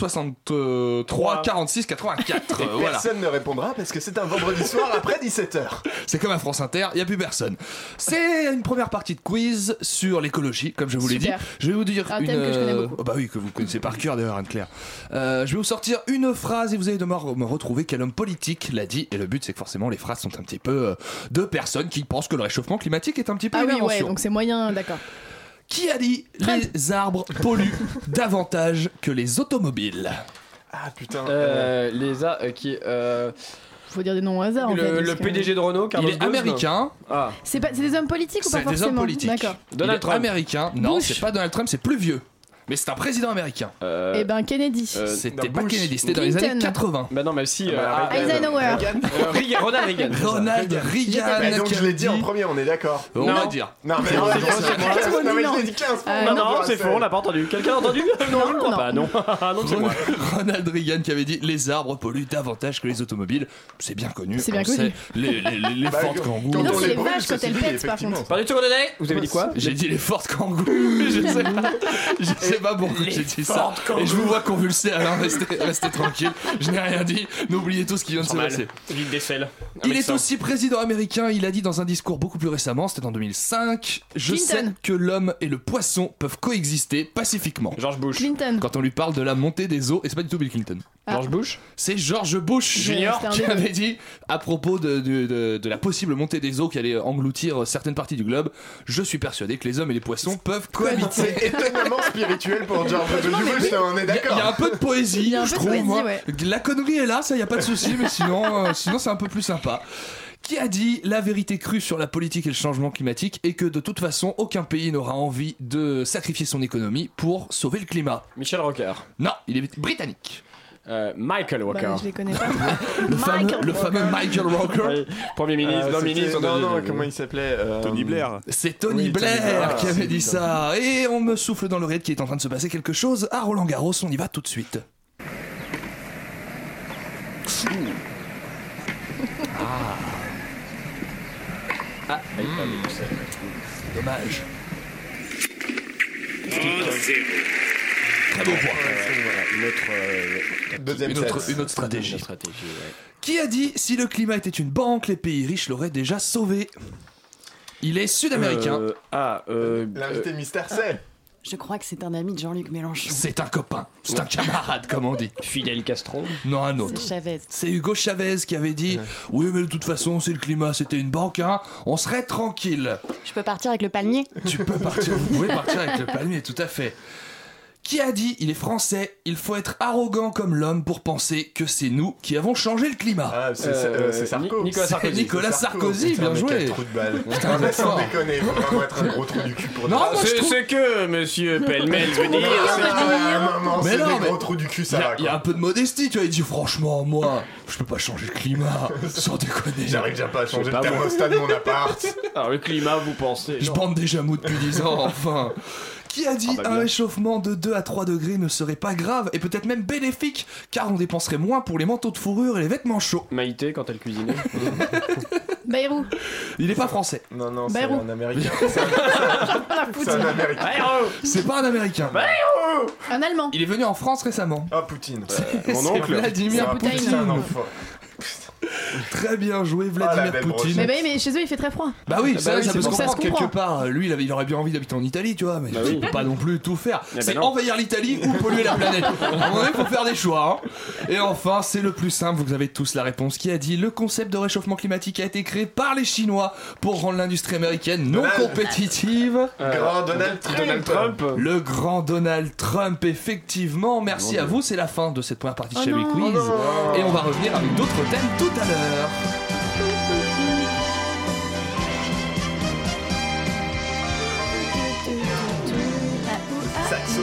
S4: 63 46 84.
S3: Et
S4: Euh, voilà.
S3: Personne ne répondra parce que c'est un vendredi soir après 17h.
S4: C'est comme à France Inter, il n'y a plus personne. C'est une première partie de quiz sur l'écologie, comme je vous l'ai dit.
S1: Super.
S4: Je vais vous dire
S1: Un
S4: une.
S1: thème que je connais
S4: euh,
S1: beaucoup.
S4: oh bah oui, que vous connaissez par cœur d'ailleurs, Anne-Claire. Euh, je vais vous sortir une phrase et vous allez devoir me retrouver quel homme politique l'a dit. Et le but, c'est que forcément, les phrases sont un petit peu euh, de personnes qui pensent que le réchauffement climatique est un petit peu
S1: Ah
S4: une
S1: oui, ouais,
S4: invention.
S1: donc c'est moyen, d'accord.
S4: Qui
S1: [laughs]
S4: a dit Les arbres polluent davantage que les automobiles. Euh,
S3: Ah putain.
S2: Euh, les a euh, qui. Euh...
S1: faut dire des noms au hasard. en fait,
S11: Le,
S1: parce
S11: le
S1: que-
S11: PDG de Renault, Carlos
S4: Il est américain.
S11: Ah.
S1: C'est pas- c'est des hommes politiques ou pas
S4: C'est
S1: forcément
S4: des hommes politiques.
S1: D'accord.
S4: Donald Trump. américain. Non,
S1: Bush.
S4: c'est pas Donald Trump, c'est plus vieux. Mais c'est un président américain.
S1: Eh ben Kennedy.
S4: c'était pas Kennedy, c'était dans les
S1: Clinton.
S4: années 80.
S11: Bah non, même si.
S1: ah, Eisenhower.
S3: Reagan.
S11: Euh, Reagan- Ronald Reagan. c'est ça.
S4: Ronald Reagan.
S3: Bah, donc je l'ai dit en premier, on est d'accord.
S4: On
S3: Non.
S4: va dire.
S3: Non, mais
S11: C'est
S3: non,
S11: faux,
S3: c'est
S11: c'est faux,
S3: moi.
S11: c'est faux.
S3: Non, mais je l'ai dit 15 fois.
S11: [laughs] non, non, c'est faux, on l'a pas entendu. Quelqu'un a entendu Non, je ne crois pas, non. [laughs] Ah, non, c'est moi.
S4: [laughs] Ronald Reagan qui avait dit les arbres polluent davantage que les automobiles. C'est bien connu.
S1: C'est bien
S4: on le
S1: connu.
S4: sait. Les, les, les, les
S1: Bah,
S4: Ford
S1: quand-
S4: Kangoo.
S1: quand Mais non, on c'est les les brûle, vaches quand ceci elles dit, pètent, par effectivement. contre.
S11: Pas du tout, René Vous avez dit quoi
S4: J'ai dit les Ford Kangoo. [laughs] je sais pas, je sais pas pourquoi j'ai dit ça. Et je vous vois convulser, Alain. Restez, restez tranquille. Je n'ai rien dit. N'oubliez tout ce qui vient de se
S11: Normal.
S4: passer.
S11: Vite des selles.
S2: Ah,
S4: Il est aussi président américain, il a dit dans un discours beaucoup plus récemment, c'était en 2005, je
S1: Clinton.
S4: sais que l'homme et le poisson peuvent coexister pacifiquement.
S11: George Bush.
S1: Clinton.
S4: Quand on lui parle de la montée des eaux, et c'est pas du tout Bill Clinton.
S1: Ah. George
S11: Bush
S4: C'est George Bush
S1: J'ai
S4: Junior
S1: resté un
S4: qui
S1: début.
S4: avait dit à propos de, de- de- de la possible montée des eaux qui allait engloutir certaines parties du globe, je suis persuadé que les hommes et les poissons peuvent cohabiter.
S3: C'est étonnamment spirituel pour George
S4: Franchement, mais
S3: Bush,
S4: oui.
S3: on est
S4: Il y a-
S3: d'accord.
S4: Il y a un peu de poésie,
S3: Il y a un
S4: je
S3: peu de
S4: trouve.
S3: poésie,
S4: moi.
S3: ouais.
S4: La connerie est là, ça, il n'y a pas de souci, mais
S3: [laughs]
S4: sinon, euh, sinon c'est un peu plus sympa. Qui a dit la vérité crue sur la politique et le changement climatique et que de toute façon, aucun pays n'aura envie de sacrifier son économie pour sauver le climat
S11: Michel Rocard.
S4: Non, il est britannique.
S11: Euh, Michael Walker.
S1: Bah, je les connais
S3: [laughs]
S1: pas.
S4: Le fameux,
S1: Michael
S4: le fameux Michael Walker.
S11: Premier ministre,
S3: Euh,
S11: Ah, non,
S3: c'était-
S11: ministre.
S3: non, non, comment il s'appelait euh,
S16: Tony Blair.
S4: C'est Tony
S3: Oui, Tony
S4: Blair
S3: Blair,
S4: qui
S3: c'est
S4: avait dit
S3: Tony
S4: ça. Et on me souffle dans l'oreille qu'il est en train de se passer quelque chose à Roland Garros. On y va tout de suite. Ah. Ah, dommage. Très beau point.
S3: Deuxième
S4: une
S3: set.
S4: autre, une autre stratégie. Qui a dit si le climat était une banque, les pays riches l'auraient déjà sauvé Il est sud-américain.
S11: Euh, ah, euh,
S3: L'invité
S11: euh,
S3: mystère, c'est.
S9: Je crois que c'est un ami de Jean-Luc Mélenchon.
S4: C'est un copain, c'est un camarade, comme on dit.
S11: Fidel Castro
S4: Non, un
S9: C'est
S4: autre.
S9: Chavez.
S4: C'est Hugo Chavez qui avait dit Oui, mais de toute façon, si le climat c'était une banque, hein, on serait tranquille.
S9: Je peux partir avec le palmier
S4: Tu peux partir, vous pouvez partir avec le palmier, tout à fait. Qui a dit Il est français, il faut être arrogant comme l'homme pour penser que c'est nous qui avons changé le climat.
S3: Ah, c'est- c'est- euh, c'est Sarko.
S4: Ni- Nicolas
S3: C'est
S4: Sarkozy. Nicolas
S3: c'est Sarko.
S4: Sarkozy,
S3: Putain,
S4: bien
S3: mais
S4: joué.
S3: quel trou de balle.
S4: Putain,
S3: mais sans
S4: d'accord.
S3: déconner, faut vraiment être un gros trou du cul pour dire
S4: Non, moi,
S3: ça.
S4: je
S11: C'est
S4: trouve-
S11: ce que monsieur Pellemel veut dire.
S3: Ah,
S11: c'est-
S3: à un moment,
S4: Mais
S3: c'est
S4: non,
S3: des
S4: mais-
S3: gros trous du cul, ça
S4: Il y a-
S3: va.
S4: il y, a un peu de modestie, tu vois. Il dit franchement, moi, je peux pas changer
S3: [laughs]
S4: le climat, sans déconner.
S3: J'arrive déjà pas à changer
S11: C'est
S3: le
S11: pas moi.
S3: thermostat de mon appart.
S11: Alors, Ah, le climat, vous pensez
S4: Je
S11: non.
S4: bande des jamots depuis 10
S3: [laughs]
S4: ans, enfin. Qui a dit
S11: Ah bah
S4: un
S11: bien.
S4: réchauffement de 2 à 3 degrés ne serait pas grave et peut-être même bénéfique, car on dépenserait moins pour les manteaux de fourrure et les vêtements chauds
S11: Maïté, quand elle [laughs] cuisinait.
S1: Bayrou.
S4: Il est pas français.
S3: Non, non, c'est
S1: Bayrou.
S3: un américain. C'est un-
S1: Ah,
S3: C'est un
S1: Poutine.
S3: américain.
S4: C'est pas un américain.
S1: Un Allemand.
S4: Il est venu en France récemment.
S3: Ah, Poutine.
S4: C'est-
S3: Mon
S4: c'est
S3: oncle.
S4: Vladimir
S3: C'est un
S1: Poutine.
S3: Poutine, un enfant.
S4: Très bien joué,
S3: Ah, la
S4: Vladimir
S3: belle
S4: Poutine.
S1: Mais bah oui, mais chez eux il fait très froid.
S4: Bah oui,
S1: Ah
S4: ça,
S1: oui,
S4: ça
S1: c'est
S4: peut se
S1: pour ça
S4: comprendre
S1: se comprend.
S4: quelque part. Lui, il, avait- il aurait bien envie d'habiter en Italie, tu vois, mais
S11: Bah
S4: il
S11: oui.
S4: peut pas non plus tout faire.
S11: Eh ben
S4: c'est
S11: non.
S4: envahir l'Italie ou polluer la planète. À un moment donné, faut faire des choix. hein. Et enfin, c'est le plus simple, vous avez tous la réponse qui a dit le concept de réchauffement climatique a été créé par les Chinois pour rendre l'industrie américaine non
S3: Donald.
S4: compétitive.
S3: Grand Donald Trump.
S11: Donald Trump.
S4: Le grand Donald Trump, effectivement. Merci
S11: Mon
S4: à
S11: Dieu.
S4: vous, c'est la fin de cette première partie de
S1: Oh
S4: Chablis
S1: non.
S4: Quiz.
S3: Oh non.
S4: Et on va revenir avec d'autres thèmes tout à l'heure.
S3: Saxo.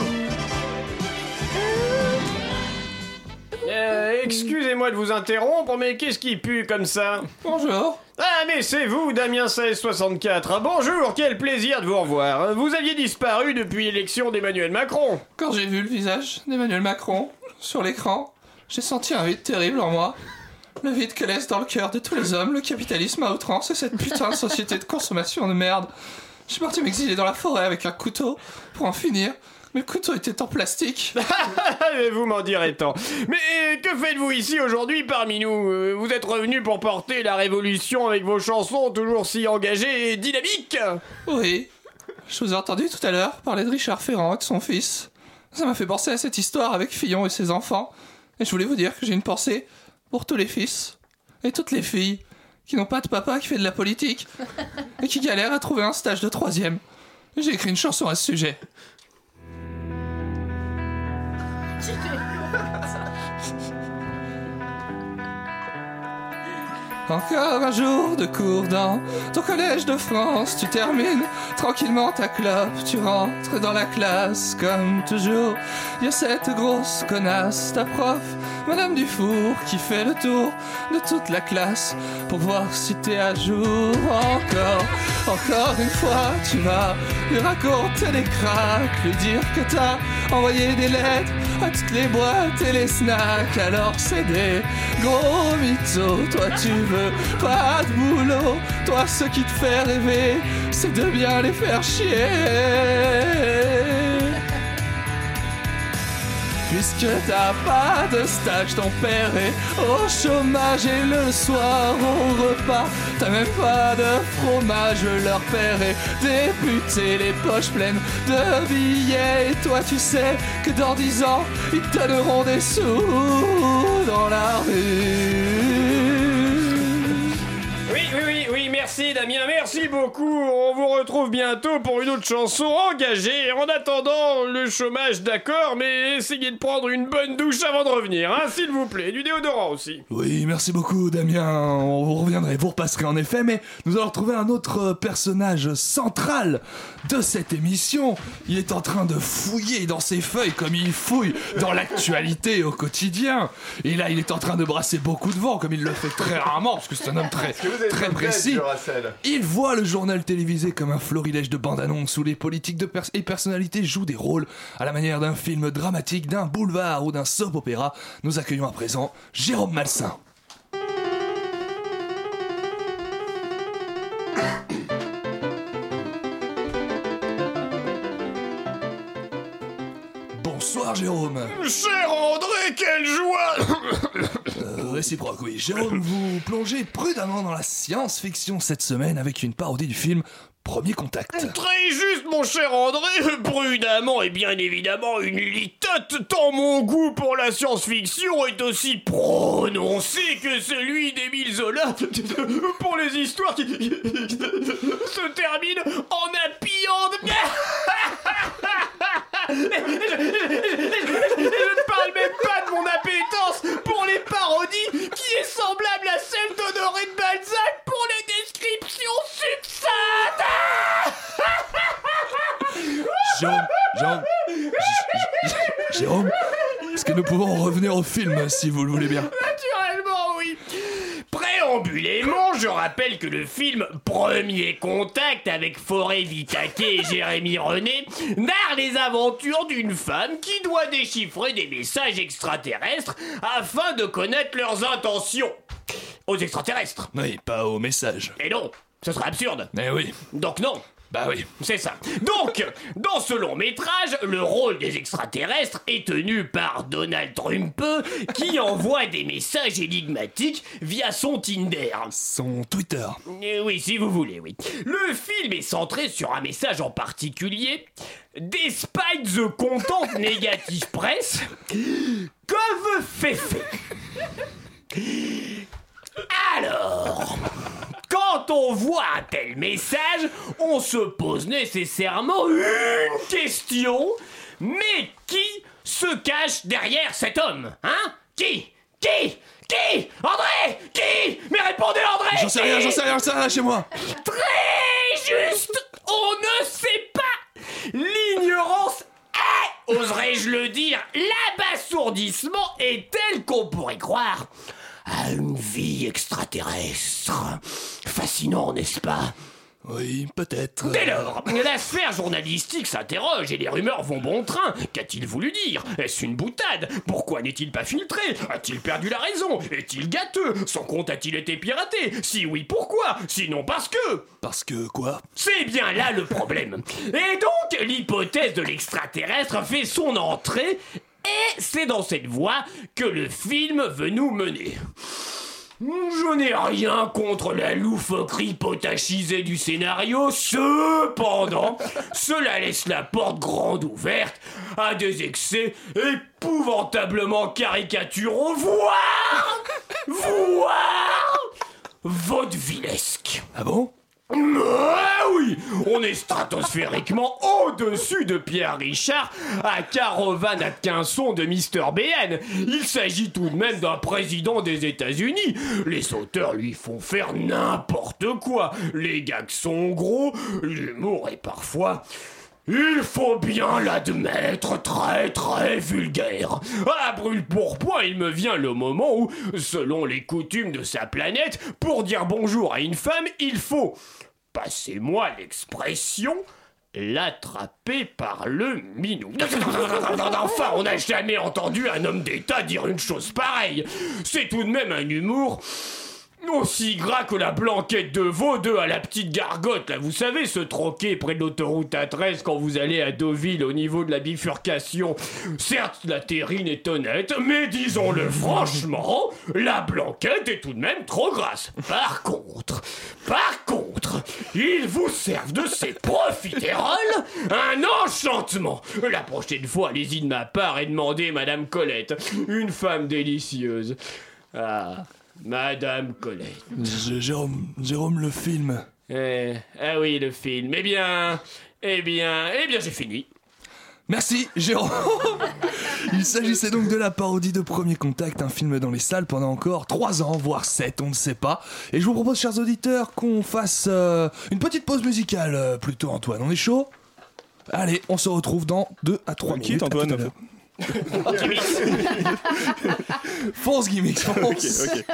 S11: Euh, Excusez-moi de vous interrompre, mais qu'est-ce qui pue comme ça
S4: Bonjour.
S11: Ah, mais c'est vous, Damien 1664. Ah, Bonjour, quel plaisir de vous revoir. Euh, Vous aviez disparu depuis l'élection d'Emmanuel Macron. [laughs]
S4: Quand j'ai vu le visage d'Emmanuel Macron sur l'écran, j'ai senti un vide terrible en moi. Le vide que laisse dans le cœur de tous les hommes le capitalisme à outrance et cette putain de société de consommation de merde. Je suis parti m'exiler dans la forêt avec un couteau pour en finir, mais le couteau était en plastique.
S11: Ah, Mais vous m'en direz tant. Mais euh, que faites-vous ici aujourd'hui parmi nous Euh, Vous êtes revenu pour porter la révolution avec vos chansons toujours si engagées et dynamiques
S4: Oui, je vous ai entendu tout à l'heure parler de Richard Ferrand et de son fils. Ça m'a fait penser à cette histoire avec Fillon et ses enfants. Et je voulais vous dire que j'ai une pensée pour tous les fils et toutes les filles qui n'ont pas de papa qui fait de la politique et qui galèrent à trouver un stage de troisième. J'ai écrit une chanson à ce sujet. Encore un jour de cours dans ton collège de France. Tu termines tranquillement ta clope. Tu rentres dans la classe comme toujours. Y a cette grosse connasse, ta prof, Madame Dufour, qui fait le tour de toute la classe pour voir si t'es à jour. Encore, encore une fois, tu vas lui raconter les cracks, lui dire que t'as envoyé des lettres à toutes les boîtes et les snacks. Alors c'est des gros mythos. Toi, tu veux pas de boulot. Toi, ce qui te fait rêver, c'est de bien les faire chier. Puisque t'as pas de stage, ton père est au chômage et le soir au repas, t'as même pas de fromage, leur père est député, les poches pleines de billets. Et toi, tu sais que dans dix ans, ils te donneront des sous dans la rue.
S2: Oui, oui, oui, oui, merci Damien, merci beaucoup. On vous retrouve bientôt pour une autre chanson engagée. En attendant, le chômage, d'accord, mais essayez de prendre une bonne douche avant de revenir, hein, s'il vous plaît. Du déodorant aussi.
S4: Oui, merci beaucoup Damien, on vous reviendrait, vous repasserez en effet, mais nous allons retrouver un autre euh, personnage central de cette émission. Il est en train de fouiller dans ses feuilles comme il fouille dans l'actualité au quotidien. Et là, il est en train de brasser beaucoup de vent comme il le fait très rarement, parce que c'est un homme très,
S3: Est-ce que vous avez
S4: très
S3: une tête,
S4: précis.
S3: Duracell
S4: Il voit le journal télévisé comme un florilège de bandes-annonces où les politiques de pers- et personnalités jouent des rôles à la manière d'un film dramatique, d'un boulevard ou d'un soap-opéra. Nous accueillons à présent Jérôme Malsain. Bonsoir Jérôme.
S2: Cher André, quelle joie
S4: Euh, réciproque, oui. Jérôme, vous plongez prudemment dans la science-fiction cette semaine avec une parodie du film Premier Contact.
S2: Très juste, mon cher André, prudemment et bien évidemment une litote, tant mon goût pour la science-fiction est aussi prononcé que celui d'Émile Zola pour les histoires qui qui se terminent en appillant de... Je, je- je- je ne parle même pas de mon appétence pour les parodies qui est semblable à celle d'Honoré de Balzac pour les descriptions succinctes
S4: Jérôme, Jérôme, J- J- Jérôme, est-ce que nous pouvons revenir au film si vous le voulez bien
S2: Naturellement, oui. Préambulément, je rappelle que le film Premier Contact avec Forêt Vitake et Jérémy René narre les aventures d'une femme qui doit déchiffrer des messages extraterrestres afin de connaître leurs intentions. Aux extraterrestres.
S4: Oui, pas au message.
S2: Et non, ce serait absurde.
S4: Eh oui.
S2: Donc non.
S4: Bah oui.
S2: C'est ça. Donc, dans ce long métrage, le rôle des extraterrestres est tenu par Donald Trump, qui envoie des messages énigmatiques via son Tinder.
S4: Son Twitter.
S2: Eh oui, si vous voulez, oui. Le film est centré sur un message en particulier. Despite the content [laughs] negative press, Cove Fefe. Alors, quand on voit un tel message, on se pose nécessairement une question. Mais qui se cache derrière cet homme Hein Qui Qui Qui André Qui Mais répondez André
S4: J'en sais rien,
S2: Qui
S4: j'en sais rien, j'en sais rien, lâchez-moi
S2: Très juste On ne sait pas L'ignorance est, oserais-je le dire, l'abasourdissement est tel qu'on pourrait croire à une vie extraterrestre. Fascinant, n'est-ce pas
S4: Oui, peut-être.
S2: Dès lors, la sphère journalistique s'interroge et les rumeurs vont bon train. Qu'a-t-il voulu dire Est-ce une boutade Pourquoi n'est-il pas filtré A-t-il perdu la raison Est-il gâteux Son compte a-t-il été piraté Si oui, pourquoi Sinon parce que...
S4: Parce que quoi
S2: C'est bien là le problème. Et donc, l'hypothèse de l'extraterrestre fait son entrée, et c'est dans cette voie que le film veut nous mener. Je n'ai rien contre la loufoquerie potachisée du scénario, cependant, cela laisse la porte grande ouverte à des excès épouvantablement caricaturaux, voire, voire, vaudevillesques.
S4: Ah bon
S2: Ah oui On est stratosphériquement au-dessus de Pierre Richard à Caravane Atkinson de Mr. BN. Il s'agit tout de même d'un président des États-Unis. Les sauteurs lui font faire n'importe quoi. Les gags sont gros, l'humour est parfois. Il faut bien l'admettre, très très vulgaire. À brûle pour il me vient le moment où, selon les coutumes de sa planète, pour dire bonjour à une femme, il faut, passez-moi l'expression, l'attraper par le minou. Enfin, on n'a jamais entendu un homme d'État dire une chose pareille. C'est tout de même un humour aussi gras que la blanquette de veau de à la petite gargote, là, vous savez, ce troquet près de l'autoroute A13 quand vous allez à Deauville au niveau de la bifurcation. Certes, la terrine est honnête, mais disons-le franchement, la blanquette est tout de même trop grasse. Par contre, par contre, ils vous servent de ces profiteroles un enchantement. La prochaine fois, allez-y de ma part et demandez Madame Colette, une femme délicieuse. Ah. Madame Colette.
S4: J- Jérôme, Jérôme, le film.
S2: Eh, ah oui, le film. Eh bien, eh bien, eh bien, j'ai fini.
S4: Merci, Jérôme. Il s'agissait donc de la parodie de Premier Contact, un film dans les salles pendant encore 3 ans, voire 7, on ne sait pas. Et je vous propose, chers auditeurs, qu'on fasse euh, une petite pause musicale, euh, plutôt, Antoine. On est chaud Allez, on se retrouve dans 2 à 3
S10: Qui est
S4: minutes. à tout à
S10: Antoine
S4: l'heure. [laughs] Fonce, gimmick, fonce.
S10: Ok, ok.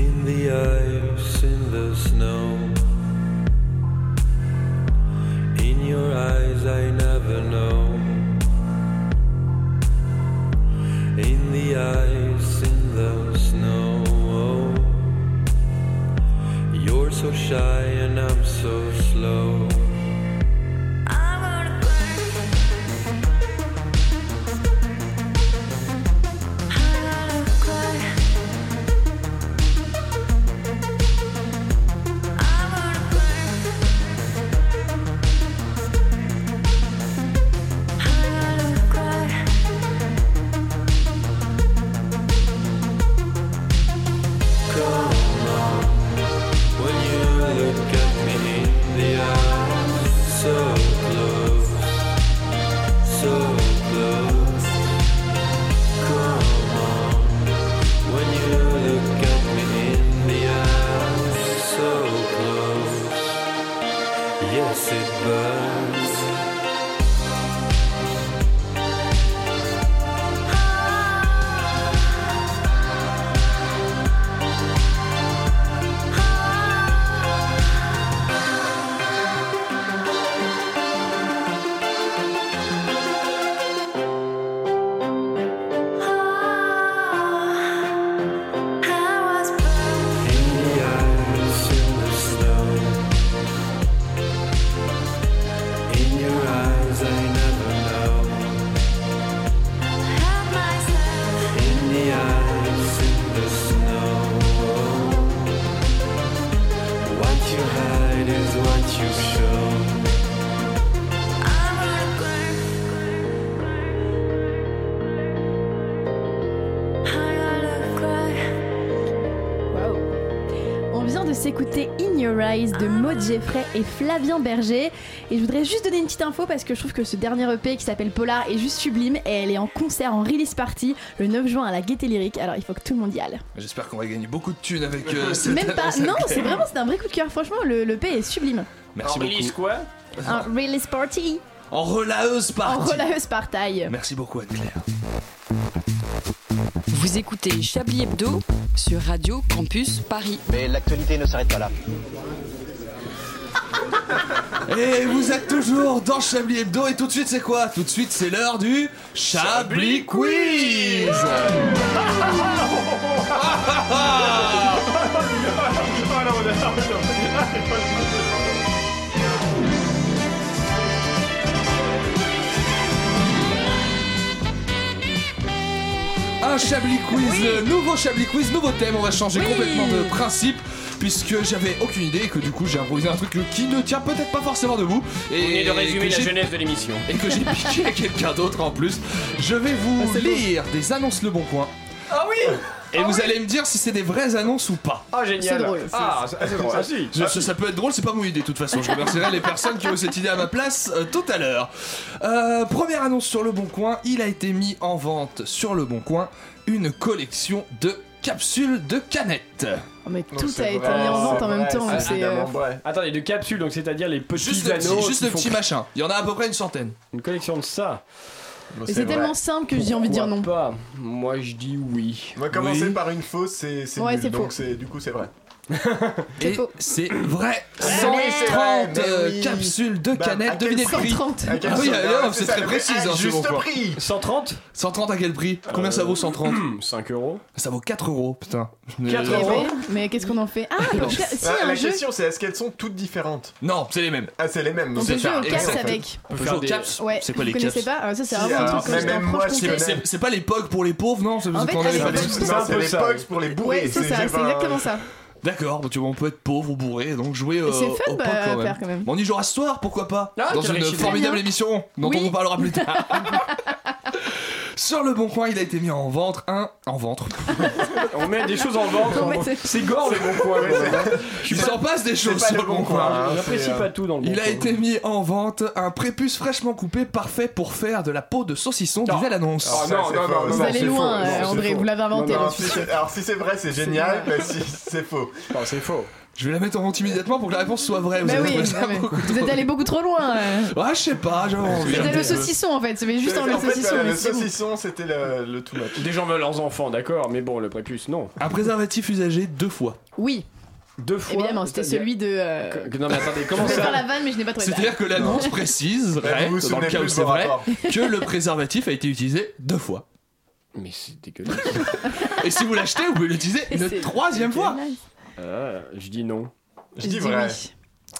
S17: in the ice, in the snow. In your eyes, I never know. In the ice, in the snow. You're so shy, and I'm so slow. Come on, when you look at me in the eye, so close, so close. Come on, when you look at me in the eye, so close. Yes, it burns. In the ice, in the snow. In your eyes, I never know. In the ice, in the snow. What you hide is what you show.
S1: On vient de s'écouter In Your Eyes de Maud Jeffrey et Flavien Berger. Et je voudrais juste donner une petite info parce que je trouve que ce dernier EP qui s'appelle Polar est juste sublime et elle est en concert en release party le 9 juin à la Gaieté Lyrique. Alors il faut que tout le monde y aille.
S4: J'espère qu'on va gagner beaucoup de thunes avec euh, cette
S1: Même pas.
S4: cette-
S1: Non, c'est vraiment c'est un vrai coup de cœur. Franchement, le, le EP est sublime.
S4: Merci beaucoup.
S2: quoi
S1: Un release party
S4: En relaeuse
S1: en
S4: partie.
S1: relaeuse Ah. party.
S4: Merci beaucoup, Anne-Claire.
S9: Vous écoutez Chablis Hebdo sur Radio Campus Paris.
S7: Mais l'actualité ne s'arrête pas là.
S4: Et vous êtes toujours dans Chablis Hebdo et tout de suite c'est quoi Tout de suite c'est l'heure du Chablis Quiz Un Chablis Quiz, le nouveau Chablis Quiz, nouveau thème, on va changer
S11: Oui.
S4: complètement de principe puisque j'avais aucune idée et que du coup j'ai improvisé un truc qui ne tient peut-être pas forcément debout et
S2: venez de résumer
S4: que
S2: la
S4: j'ai-
S2: jeunesse de l'émission.
S4: et que j'ai piqué
S2: [laughs]
S4: à quelqu'un d'autre en plus. Je vais vous lire des annonces Le Bon Coin.
S2: Ah oui
S4: Et vous allez me dire si c'est des vraies annonces ou pas.
S2: Ah, génial. C'est drôle. Ah, c'est- c'est drôle. Ah, si.
S4: Je- ça, ça peut être drôle, c'est pas mon idée de toute façon. Je remercierai les personnes qui ont eu cette idée à ma place euh, tout à l'heure. Euh, première annonce sur Le Bon Coin il a été mis en vente sur Le Bon Coin une collection de capsules de canettes.
S1: Oh, mais
S4: Non,
S1: tout
S4: c'est
S1: a été
S4: vrai,
S1: mis en vente
S4: c'est
S1: en même
S4: vrai,
S1: temps.
S4: c'est
S1: c'est,
S4: évidemment
S1: euh,
S4: vrai.
S11: Attendez, de capsules, donc c'est-à-dire les petits
S4: Juste le
S11: anneaux.
S4: petit, juste
S11: qui
S4: le
S11: font-
S4: petit machin. Il y en a à peu près une centaine.
S11: Une collection de ça.
S1: Et c'est tellement simple que j'ai envie de dire non.
S11: Pas. Moi je dis oui.
S3: On va commencer
S11: Oui.
S3: par une fausse, c'est c'est
S1: Ouais,
S3: nul,
S1: c'est faux.
S3: donc c'est- du coup c'est vrai.
S4: Et c'est vrai.
S3: Eh oui, c'est vrai,
S4: 130
S3: mais
S4: euh,
S3: oui.
S4: capsules de
S3: Bah, à
S4: canettes,
S3: quel
S4: devinez le prix.
S3: 130.
S4: Ah
S3: À quel
S4: oui,
S3: prix
S4: euh, non,
S3: C'est
S4: c'est
S3: ça,
S4: très
S3: le
S4: précis.
S3: prix.
S4: hein,
S3: Ah,
S4: ce
S3: juste
S4: bon coin.
S3: prix.
S11: 130
S4: 130 à quel prix Combien ça vaut 130
S11: 5 euros.
S4: Ça vaut 4 euros, putain.
S1: Eh ouais, Mais qu'est-ce qu'on en fait Ah,
S4: Non.
S1: donc, si,
S3: Ah,
S1: un
S3: la
S1: jeu.
S3: question c'est est-ce qu'elles sont toutes différentes
S4: Non, c'est les mêmes.
S3: Ah, c'est les mêmes.
S1: On peut
S3: c'est
S1: jouer
S3: ça.
S1: au caps
S3: Exactement.
S1: avec.
S4: On peut jouer au caps
S1: Ouais,
S4: C'est quoi
S1: vous
S4: les caps
S1: connaissez pas Ah, Ça, c'est
S3: Si,
S1: vraiment un
S3: alors,
S1: truc que
S3: mais
S1: je
S3: même
S1: t'en
S3: moi,
S1: franche
S3: je
S4: C'est-
S1: conseille.
S4: C'est c'est pas les POG pour les pauvres, non C'est
S1: En fait,
S4: qu'on avait
S1: avec-
S4: pas
S1: avec-
S4: dit.
S1: Non, c'est
S3: C'est les pugs pour les bourrés.
S1: Ouais, c'est ça, c'est
S3: enfin,
S1: exactement ça.
S4: D'accord, donc tu vois, on peut être pauvre ou bourré, donc jouer euh,
S1: Et c'est fun,
S4: au
S1: bah,
S4: punk
S1: à
S4: quand, même.
S1: faire, quand même.
S4: Bon, On y jouera ce soir, pourquoi pas
S1: Ah,
S4: Dans
S1: quelle
S4: une
S1: riche idée.
S4: formidable
S1: Très bien.
S4: émission dont
S1: Oui.
S4: on vous parlera
S1: [laughs]
S4: plus tard. Sur le bon coin, il a été mis en ventre un en ventre.
S11: On met des choses en vente.
S1: [laughs] Non, mais
S11: en-
S1: c'est-
S11: C'est gore le bon coin. quand
S1: [laughs]
S11: même, hein.
S4: Il s'en passe des
S11: c'est
S4: choses
S11: pas
S4: sur
S11: le
S4: le
S11: bon
S4: bon
S11: coin, hein,
S4: coin.
S11: c'est, J'apprécie euh, pas tout dans le bon
S4: Il a
S11: coin.
S4: été mis en vente un prépuce fraîchement coupé, parfait pour faire de la peau de saucisson, disait l'annonce.
S3: Ah, ça, c'est faux, ça,
S1: Vous allez
S3: c'est
S1: loin,
S3: faux,
S1: euh,
S3: non, c'est
S1: André,
S3: faux.
S1: vous l'avez inventé,
S3: Non, non,
S1: là, je suis
S3: si-
S1: sûr.
S3: Alors si c'est vrai, c'est génial,
S1: vrai.
S3: mais si c'est faux.
S11: Non, c'est faux.
S4: Je vais la mettre en honte immédiatement pour que la réponse soit vraie. Vous
S1: Bah
S4: avez
S1: oui,
S4: trouvé ça
S1: non, mais
S4: beaucoup
S1: vous
S4: trop-
S1: êtes allé beaucoup trop loin. euh.
S4: Ouais, je sais pas, j'avais envie.
S1: C'était le saucisson en fait, mais juste
S3: C'est-
S1: enlever le
S3: en fait,
S1: saucisson.
S3: le-
S1: mais
S3: le
S1: c'est bon.
S3: saucisson, c'était le, le tout match.
S11: Des gens veulent leurs enfants, d'accord, mais bon, le prépuce, non.
S4: Un préservatif usagé deux fois.
S1: Oui,
S11: Deux fois.
S1: évidemment, c'était
S11: c'est-à-dire-
S1: celui de. euh,
S11: Que- Non, mais attendez,
S1: Je
S11: comment
S1: vais
S11: ça
S1: faire la vanne, mais je n'ai pas trouvé.
S4: C'est-à-dire que l'annonce précise,
S3: vous
S4: vrai,
S3: vous
S4: dans le
S3: souvenez plus
S4: cas où
S3: de
S4: c'est
S3: vos
S4: vrai,
S3: rapports.
S4: que le préservatif a été utilisé deux fois.
S11: Mais c'est dégueulasse.
S4: Et si vous l'achetez, vous pouvez l'utiliser
S1: Et
S4: une
S1: c'est-
S4: troisième fois.
S11: Ah, je dis non.
S3: Je dis vrai.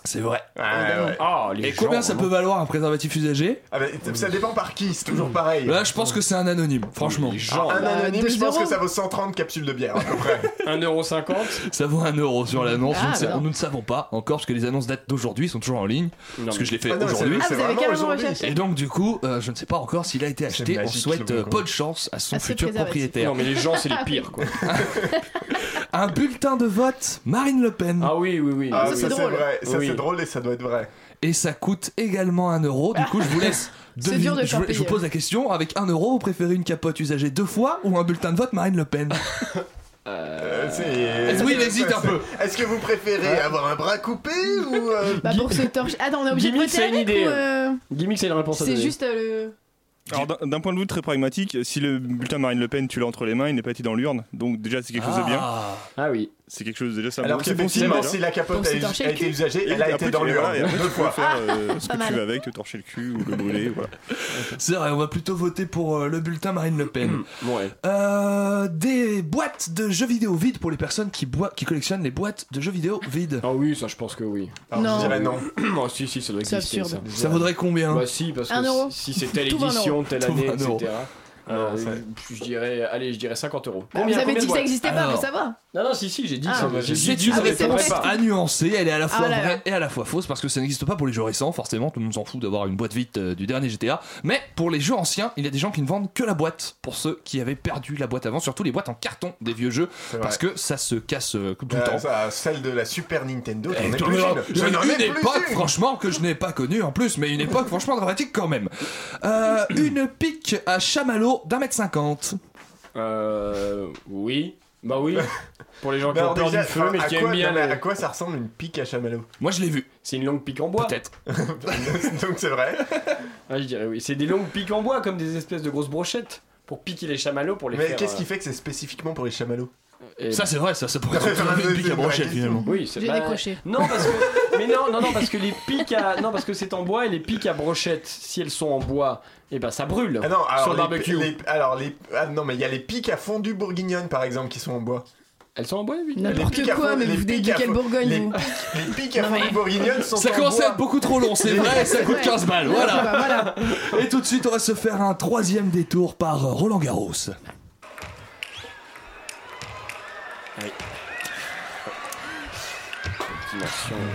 S4: C'est vrai.
S3: Ouais, ouais.
S11: Ah, les
S4: Et combien
S11: gens,
S4: ça peut
S11: vraiment.
S4: valoir un préservatif usagé
S3: Ah, mais ça dépend par qui, c'est toujours pareil.
S4: Là, je pense que c'est un anonyme, franchement.
S11: Les gens.
S3: Un
S1: Bah,
S3: anonyme, je
S1: 2
S3: pense
S1: euros.
S3: que ça vaut 130 capsules de bière à peu près.
S11: [laughs] 1,50€
S4: Ah, Ça vaut un euro sur l'annonce,
S1: Ah,
S4: nous ne sa-
S1: alors.
S4: nous ne savons pas encore, parce que les annonces datent d'aujourd'hui, sont toujours en ligne,
S11: Non,
S4: parce que
S11: mais-
S4: je les fais
S3: Ah non, c'est-
S4: aujourd'hui.
S1: Ah,
S3: c'est
S1: vous avez
S3: vraiment
S1: carrément
S3: aujourd'hui.
S1: recherché.
S4: Et donc, du coup, euh, je ne sais pas encore s'il a été acheté. On
S3: magique,
S4: souhaite
S3: le
S4: euh,
S3: bon
S4: bonne chance à son
S1: À ce
S4: futur
S1: préservatif.
S4: propriétaire.
S11: Non, mais les gens, c'est les pires, quoi.
S4: Un bulletin de vote, Marine Le Pen.
S11: Ah oui, oui, oui.
S3: Ah,
S1: Ça,
S3: oui,
S1: c'est
S3: ça c'est
S1: drôle.
S3: vrai, ça
S11: Oui.
S3: c'est drôle et ça doit être vrai.
S4: Et ça coûte également un euro. Du coup, je vous laisse
S1: [laughs] C'est
S4: deviner.
S1: dur de hein.
S4: je, vous-
S1: faire
S4: je vous pose la question avec un euro, vous préférez une capote usagée deux fois ou un bulletin de vote Marine Le Pen
S3: Euh, c'est-
S4: oui,
S3: c'est-
S4: il hésite
S3: c'est-
S4: un peu.
S3: Est-ce que vous préférez avoir un bras coupé ou euh,
S1: Bah pour se torche. Attends, on est obligé de
S11: Gimmick,
S1: voter
S11: c'est une
S1: avec
S11: idée.
S1: ou, euh,
S11: Gimmick, c'est une réponse à
S1: C'est
S11: donner.
S1: juste euh, le.
S10: Alors d'un- d'un point de vue très pragmatique, si le bulletin Marine Le Pen tu l'as entre les mains, il n'est pas été dans l'urne, donc déjà c'est quelque chose de bien.
S4: Ah.
S11: Ah oui.
S10: C'est quelque chose déjà c'est un
S3: Alors
S10: bon-
S3: que
S10: c'est bon signe.
S3: effectivement,
S10: déjà.
S3: si la
S1: Donc,
S3: capote a,
S1: c'est torcher
S3: a
S1: le
S3: été
S1: cul.
S3: usagée,
S10: Et
S3: elle a
S10: après,
S3: été
S10: tu
S3: dans
S10: les
S3: l'urne.
S10: verras, et après,
S3: Deux
S10: tu peux
S3: fois.
S10: faire euh, ce
S1: Pas
S10: que tu
S1: mal.
S10: veux avec, te torcher le cul ou le brûler. Voilà.
S4: C'est vrai, on va plutôt voter pour euh, le bulletin Marine Le Pen.
S11: Ouais.
S4: Euh, des boîtes de jeux vidéo vides pour les personnes qui, boi- qui collectionnent les boîtes de jeux vidéo vides.
S11: Ah oui, ça, je pense que oui. [clears throat]
S3: Alors,
S1: Non.
S3: je dirais non.
S11: Ah si, si, ça doit
S1: C'est
S11: exister.
S1: absurde.
S4: Ça vaudrait combien
S11: Bah si, parce que
S1: Un euro.
S11: si si c'est telle
S1: Tout va un
S11: édition, telle
S4: Tout
S11: année,
S4: va un euro.
S11: etc. euh,
S3: Non, ça-
S11: je dirais, allez, je dirais 50 euros.
S1: Bah,
S11: Combien-
S1: vous avez
S11: combien
S1: dit
S11: de
S1: que ça
S11: boîtes
S1: existait pas,
S4: Alors.
S1: mais ça va.
S11: Non, non, si, si, j'ai dit
S1: Ah.
S11: ça. J'ai dit
S4: C'est
S11: dix,
S4: une
S1: Ah, mais
S11: mais
S1: c'est
S11: ça
S1: vrai.
S11: fait pas.
S4: à nuancer, elle est à la fois
S1: Ah là là.
S4: vraie et à la fois fausse parce que ça n'existe pas pour les jeux récents, forcément, tout le monde s'en fout d'avoir une boîte vide euh, du dernier GTA. Mais pour les jeux anciens, il y a des gens qui ne vendent que la boîte pour ceux qui avaient perdu la boîte avant, surtout les boîtes en carton des vieux jeux
S3: C'est vrai.
S4: parce que ça se casse euh, tout le
S3: Euh,
S4: temps.
S3: ça, celle de la Super Nintendo,
S4: Et
S3: j'en ai
S4: toi,
S3: plus
S4: alors,
S3: une.
S4: j'ai
S3: Je n'en ai
S4: une
S3: plus
S4: époque,
S3: une.
S4: franchement, que je n'ai pas connue en plus, mais une époque, franchement, dramatique quand même. Euh, une pique à chamallow d'un mètre cinquante.
S11: Euh. Oui. Bah
S3: [laughs]
S11: oui. Pour les gens qui
S3: Non,
S11: ont peur
S3: Bah, déjà,
S11: du feu, mais
S3: à
S11: qui
S3: quoi-
S11: aiment bien.
S3: non, mais
S11: le-
S3: à quoi ça ressemble une pique à chamallow
S4: Moi, je l'ai vu,
S11: C'est une longue pique en bois.
S4: peut-être.
S3: Donc c'est vrai.
S11: Ah, je dirais oui. C'est des longues piques en bois, comme des espèces de grosses brochettes. Pour piquer les chamallows, pour les
S3: Mais
S11: faire.
S3: qu'est-ce qui fait que c'est spécifiquement pour les chamallows
S11: euh, et-
S1: Eh ben.
S4: Ça, c'est vrai, ça, ça pourrait
S3: C'est
S4: être
S3: vrai,
S4: une pique
S3: c'est
S4: à
S3: une vraie
S4: brochette
S3: question.
S4: finalement.
S11: Oui, c'est
S1: J'ai
S11: bah,
S1: décroché.
S11: Non, parce que. Mais non, non, non, parce que les pics à... Non, parce que c'est en bois et les pics à brochette, si elles sont en bois, et ben ça brûle
S3: Ah non, alors
S11: sur le
S3: les-
S11: barbecue.
S3: les- alors les, ah non, mais il y a les piques à fondue bourguignonne par exemple qui sont en bois.
S11: Elles sont en bois, oui.
S1: N'importe quoi, mais vous venez de quelle Bourgogne,
S3: les,
S1: vous
S3: piques- les piques à
S1: Non, mais-
S3: fondue bourguignonne sont
S4: Ça
S3: en
S4: commence à
S3: bois.
S4: être beaucoup trop long, c'est vrai, ça coûte 15 balles, voilà. Et tout de suite, on va se faire un troisième détour par Roland Garros.
S11: Dimension.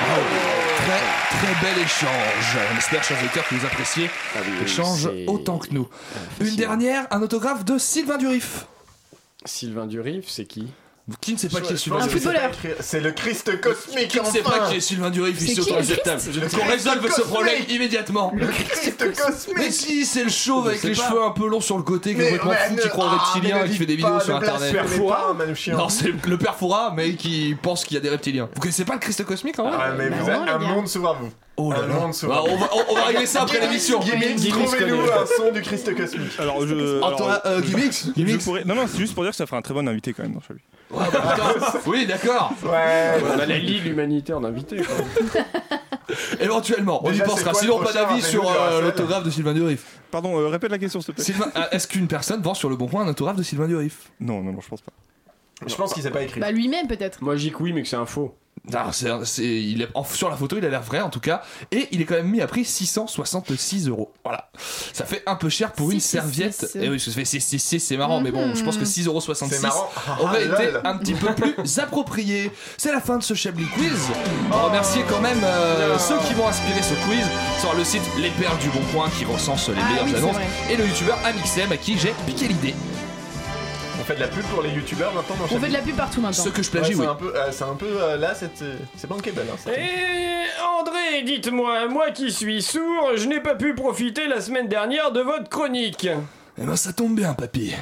S4: Très, très bel échange. On espère, chers auditeurs, que vous appréciez l'échange
S11: c'est-
S4: autant que nous. Une dernière, un autographe de Sylvain Durif.
S11: Sylvain Durif, c'est qui
S4: Qui ne sait pas qui est
S3: Je pense
S4: Sylvain
S3: que
S4: Durif
S3: c'est pas écrit- C'est le Christ cosmique.
S4: Qui ne sait
S3: enfin.
S4: pas qui est Sylvain Durif
S3: C'est
S4: ici
S3: qui,
S4: autour de
S3: le
S4: cette table
S3: Christ Le
S4: Qu'on
S3: Christ
S4: résolve ce
S3: cosmique.
S4: problème immédiatement.
S3: Le Christ cosmique.
S4: Mais si, c'est le chauve avec
S3: Je
S4: les
S3: sais pas.
S4: cheveux un peu longs sur le côté, qui est
S3: Mais-
S4: complètement
S3: mais
S4: fou,
S3: ne-
S4: qui croit au
S3: ah, mais
S4: reptilien
S3: ne
S4: et qui
S3: dites
S4: fait des
S3: pas,
S4: vidéos sur
S3: ne
S4: internet.
S3: blasphémez Perfora. pas, Manu Chien.
S4: Non, c'est le père Foura, mais qui pense qu'il y a des reptiliens. Vous connaissez pas le Christ cosmique en vrai
S3: Ah, mais vous avez un monde souvent vous.
S4: Oh là
S3: un
S4: là.
S3: monde souvent.
S4: Bah, on va- on- on va régler ça après
S3: Gimmicks,
S4: l'émission.
S3: Gimmicks,
S4: Gimmicks,
S3: trouvez-nous
S4: connaît.
S3: un son du Christ cosmique.
S10: Alors, je.
S4: Antoine,
S10: alors,
S4: euh,
S10: je-
S4: Gimmicks
S10: je pourrais- Non, non, c'est juste pour dire que ça ferait un très bon invité quand même dans celui.
S4: Oui, d'accord.
S3: Ouais.
S11: On a la Ligue l'humanité en invité. quoi.
S4: Éventuellement, on y
S10: Déjà, c'est
S4: pensera.
S10: quoi le
S4: Sinon, pas
S10: prochain
S4: d'avis
S10: rendez-vous
S4: sur
S10: de la
S4: euh,
S10: Racel
S4: l'autographe de Sylvain Durif.
S10: Pardon, euh, répète la question s'il te plaît.
S4: Sylvain, euh, est-ce qu'une personne vend sur le bon coin un autographe de Sylvain Durif
S10: Non, non, non, je pense pas.
S3: Je pense qu'il s'est pas écrit.
S1: Bah lui-même peut-être.
S11: Moi, je dis que oui, mais que c'est un faux.
S4: Ah, c'est un- c'est- il est, en- sur la photo, il a l'air vrai en tout cas, et il est quand même mis à prix 666 euros. Voilà, ça fait un peu cher pour une serviette. Et oui, ça fait 6, 6, 6, c'est marrant, mais bon, je pense
S1: Mhm.
S4: que 6,66 euros
S3: C'est marrant. Ah,
S4: aurait
S3: lol.
S4: été un petit peu plus [laughs] approprié. C'est la fin de ce Chablis Quiz. On va remercier quand même euh, ceux qui vont inspirer ce quiz sur le site Les Perles du Bon Coin qui recense les
S1: Ah
S4: meilleures
S1: oui, c'est
S4: annonces
S1: vrai.
S4: et le youtubeur Amixem à qui j'ai piqué l'idée.
S3: On fait de la pub pour les youtubeurs maintenant. dans
S1: On fait
S3: chaque-
S1: de la pub partout maintenant.
S4: Ce que je plagie,
S3: Ouais, c'est
S4: oui.
S3: un peu- euh, C'est un peu euh, là, c'est euh, c'est bankable. hein, ça.
S11: Eh André, dites-moi, moi qui suis sourd, je n'ai pas pu profiter la semaine dernière de votre chronique.
S4: Eh ben, ça tombe bien, papy.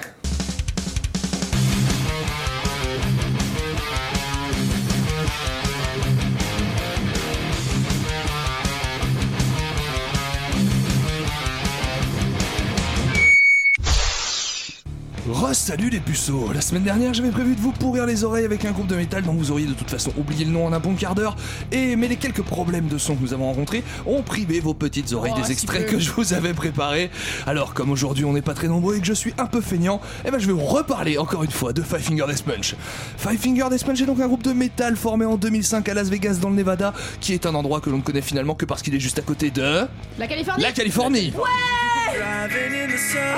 S4: Re-salut les puceaux La semaine dernière, j'avais prévu de vous pourrir les oreilles avec un groupe de métal dont vous auriez de toute façon oublié le nom en un bon quart d'heure, et mais les quelques problèmes de son que nous avons rencontrés ont privé vos petites oreilles
S18: Oh,
S4: des
S18: si
S4: extraits
S18: peu.
S4: que je vous avais préparés. Alors, comme aujourd'hui on n'est pas très nombreux et que je suis un peu feignant, eh ben je vais vous reparler encore une fois de Five Finger Death Punch. Five Finger Death Punch est donc un groupe de métal formé en 2005 à Las Vegas dans le Nevada, qui est un endroit que l'on ne connaît finalement que parce qu'il est juste à côté de...
S1: La Californie.
S4: La Californie
S1: Ah,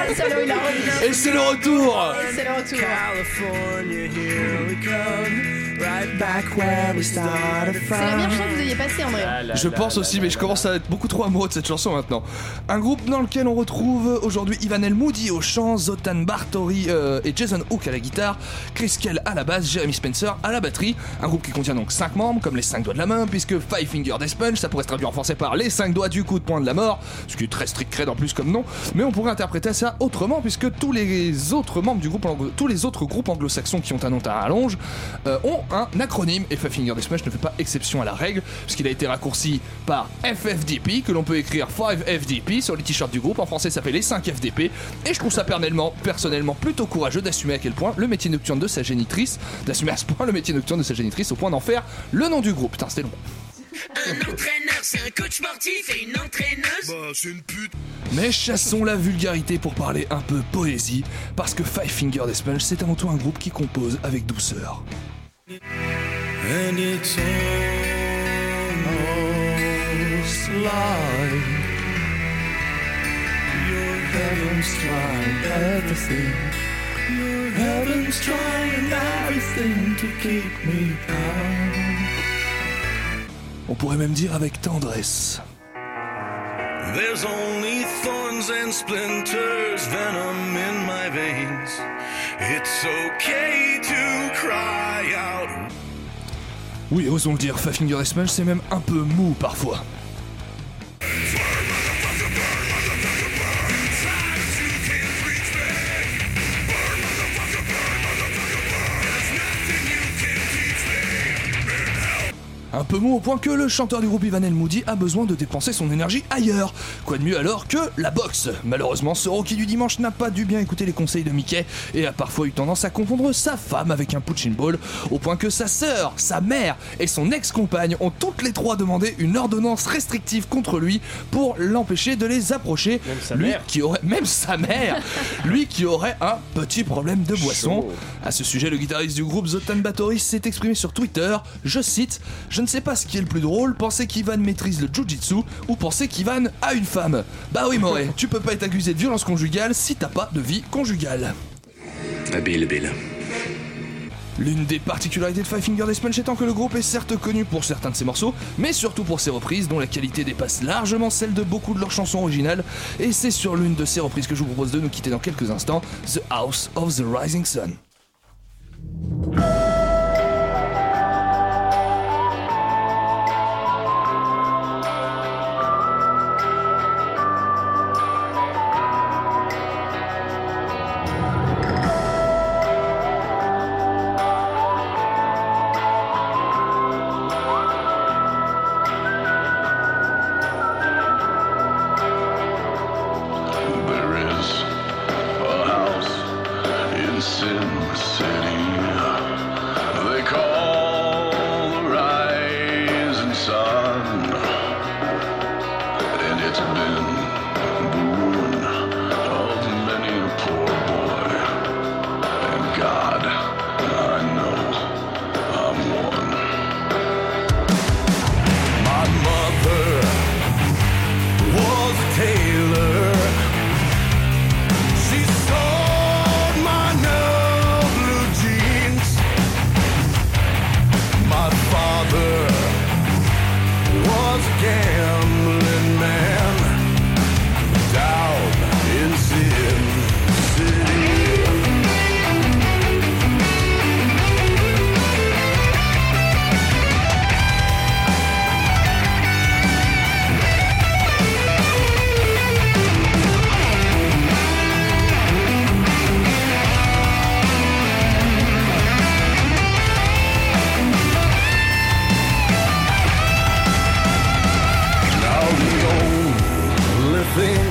S1: le salaud, il a remis.
S4: Et c'est le retour
S1: C'est le retour. C'est la meilleure chanson que vous ayez passée, André.
S4: Je pense aussi, mais je commence à être beaucoup trop amoureux de cette chanson maintenant. Un groupe dans lequel on retrouve aujourd'hui Ivan El Moody au chant, Zotan Bartori euh, et Jason Hook à la guitare, Chris Kell à la basse, Jeremy Spencer à la batterie. Un groupe qui contient donc 5 membres, comme les 5 doigts de la main, puisque Five Finger Death Punch, ça pourrait se traduire en français par les 5 doigts du coup de poing de la mort, ce qui est très strict cred en plus comme nom, mais on pourrait interpréter ça autrement, puisque tous les autres membres du groupe, anglo- tous les autres groupes anglo-saxons qui ont un nom à rallonge, euh, ont un acronyme, et Five Finger Death Punch ne fait pas exception à la règle, puisqu'il a été raccourci par FFDP, que l'on peut écrire 5FDP sur les t-shirts du groupe. En français, ça fait les 5FDP. Et je trouve ça personnellement, personnellement plutôt courageux d'assumer à quel point le métier nocturne de sa génitrice, d'assumer à ce point le métier nocturne de sa génitrice au point d'en faire le nom du groupe. Putain, c'était long.
S19: Un entraîneur, c'est un coach sportif et une entraîneuse. Bah, c'est une pute.
S4: Mais chassons la vulgarité pour parler un peu poésie, parce que Five Finger Death Punch, c'est avant tout un groupe qui compose avec douceur.
S17: And it's almost like Your heaven's trying everything. Your heaven's trying everything to keep me down.
S4: On pourrait même dire avec tendresse.
S19: There's only thorns and splinters, venom in my veins. It's okay to cry out.
S4: Oui, osons le dire, Five Finger Death Punch, c'est même un peu mou parfois. Un un peu mou au point que le chanteur du groupe Ivan El Moody a besoin de dépenser son énergie ailleurs. Quoi de mieux alors que la boxe Malheureusement, ce Rocky du dimanche n'a pas dû bien écouter les conseils de Mickey et a parfois eu tendance à confondre sa femme avec un punching ball, au point que sa sœur, sa mère et son ex-compagne ont toutes les trois demandé une ordonnance restrictive contre lui pour l'empêcher de les approcher. Même
S11: sa
S4: lui
S11: mère.
S4: qui aurait même sa mère,
S11: [laughs]
S4: lui qui aurait un petit problème de boisson. À ce sujet, le guitariste du groupe Zotan Batory s'est exprimé sur Twitter. Je cite Je ne sais pas ce qui est le plus drôle, penser qu'Ivan maîtrise le jujitsu ou penser qu'Ivan a une femme. Bah oui, Moré,
S11: [laughs]
S4: tu peux pas être accusé de violence conjugale si t'as pas de vie conjugale.
S18: Bill, Bill.
S4: L'une des particularités de Five Finger Death Punch étant que le groupe est certes connu pour certains de ses morceaux, mais surtout pour ses reprises dont la qualité dépasse largement celle de beaucoup de leurs chansons originales, et c'est sur l'une de ces reprises que je vous propose de nous quitter dans quelques instants, The House of the Rising Sun.
S18: There is a house in Sin City. They call the rising sun, and it's been the boon of many a poor boy. And God, I know I'm one. My mother was a tailor. She sold my new blue jeans. My father was a gambling man down in Sin City. Now the only thing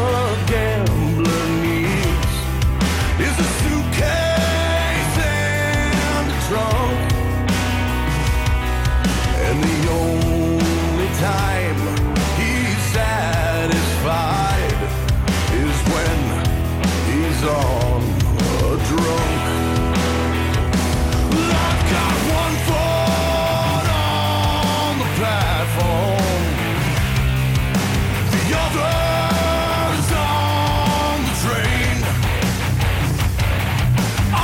S18: a gambler needs is a suitcase and a trunk. And the only time he's satisfied is when he's on a drunk. Well, I've got one foot on the platform. The other's on the train.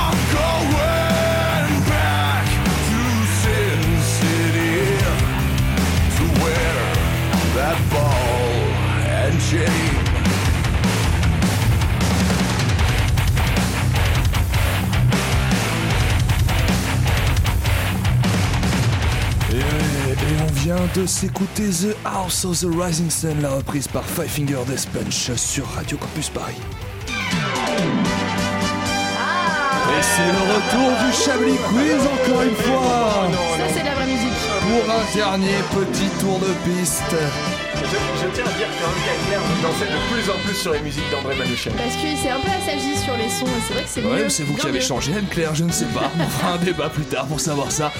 S18: I'm going back to Sin City to wear that ball and chain.
S4: Et, et on vient de s'écouter The House of the Rising Sun, la reprise par Five Finger Death Punch sur Radio Campus Paris. Et c'est le retour du Chablis Quiz encore une fois
S1: Ça, c'est de la vraie musique.
S4: Pour un dernier petit tour de piste.
S3: Je, je tiens à dire quand même qu'à Claire, vous dansez de plus en plus sur les musiques d'André Manouchian.
S1: Parce qu'il s'est un peu assagi sur les sons et c'est vrai que c'est
S4: Ouais,
S1: mieux.
S4: c'est vous qui
S1: Bien
S4: avez
S1: mieux.
S4: changé, Anne-Claire, je ne sais pas. On fera un débat plus tard pour savoir ça.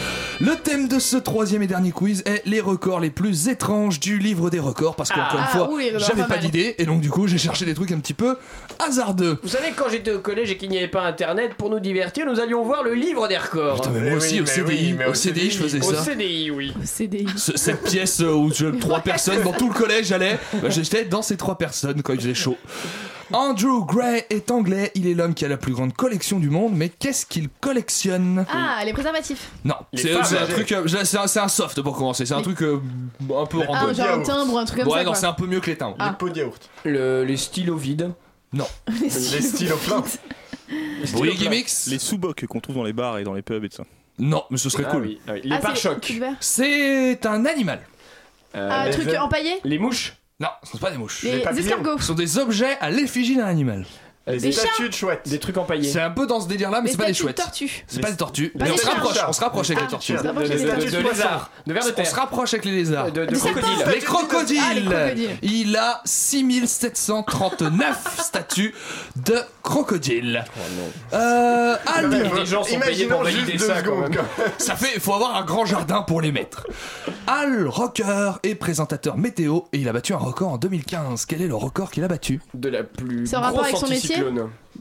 S4: Le thème de ce troisième et dernier quiz est les records les plus étranges du livre des records. Parce qu'encore
S11: Ah,
S4: une fois,
S11: ah, oui, alors,
S4: j'avais
S11: pas
S4: pas
S11: mal.
S4: d'idée et donc du coup, j'ai cherché des trucs un petit peu hasardeux.
S11: Vous savez, quand j'étais au collège et qu'il n'y avait pas internet, pour nous divertir, nous allions voir le livre des records.
S4: Putain, Ah, mais moi aussi, au CDI, au CDI, je faisais
S11: Au
S4: ça.
S11: CDI, oui.
S1: CDI.
S4: Ce- cette pièce euh, où je- trois personnes dans tout le collège allaient, bah, j'étais dans ces trois personnes quand il faisait chaud. Andrew Gray est anglais, il est l'homme qui a la plus grande collection du monde, mais qu'est-ce qu'il collectionne
S1: Ah, les préservatifs.
S4: Non,
S1: Les
S4: c'est
S1: femmes
S4: c'est un
S1: âgées.
S4: truc, euh, c'est un, c'est un soft pour commencer, c'est un truc euh, un peu
S1: Ah,
S4: random.
S1: genre un timbre, un truc comme
S4: ouais,
S1: ça,
S4: non,
S1: quoi.
S4: c'est un peu mieux que les timbres.
S1: Ah. Les
S4: pots de yaourt.
S11: les stylos vides.
S4: Non.
S1: [laughs] Les stylos
S3: stylos pleins.
S4: Oui, gimmicks.
S10: Les sous-bocs qu'on trouve dans les bars et dans les pubs et tout ça.
S4: Non, mais ce serait
S10: cool.
S1: Ah, c'est- tu vas-
S4: C'est un animal.
S1: Ah,
S4: Euh, les
S1: truc
S4: ailes.
S1: empaillé
S11: Euh, Les mouches
S4: Non, ce ne sont pas hein. des mouches.
S1: Les Les papillons. escargots.
S4: Ce sont des objets à l'effigie d'un animal.
S3: Des
S1: Des statues chats.
S3: de chouettes.
S11: Des trucs empaillés.
S4: C'est un peu dans ce délire-là, mais,
S1: Des
S4: c'est pas des
S1: statues de
S4: chouettes.
S1: tortues.
S4: C'est pas des tortues.
S1: Pas
S4: Mais
S1: des
S4: on se
S1: chats.
S4: rapproche, on se rapproche avec
S1: Ah,
S4: les tortues.
S1: on se rapproche
S4: De-
S1: avec
S4: de-
S1: les
S4: de-
S1: tortues.
S4: de
S1: Des
S4: lézards.
S1: serpents. De vers de
S4: On se
S1: terre.
S4: rapproche avec les
S11: Euh,
S4: lézards.
S1: De- de Des crocodiles. serpents.
S4: Les crocodiles.
S1: Ah, les crocodiles.
S4: Il a 6739 [laughs] statues de crocodiles. Euh, alors-
S11: Des- des gens sont payés pour valider ça, quand même.
S4: ça fait, faut avoir un grand jardin pour les mettre. Al Rocker est présentateur météo et il a battu un record en 2015. Quel est le record qu'il a battu
S11: De la plus
S1: C'est en rapport avec son métier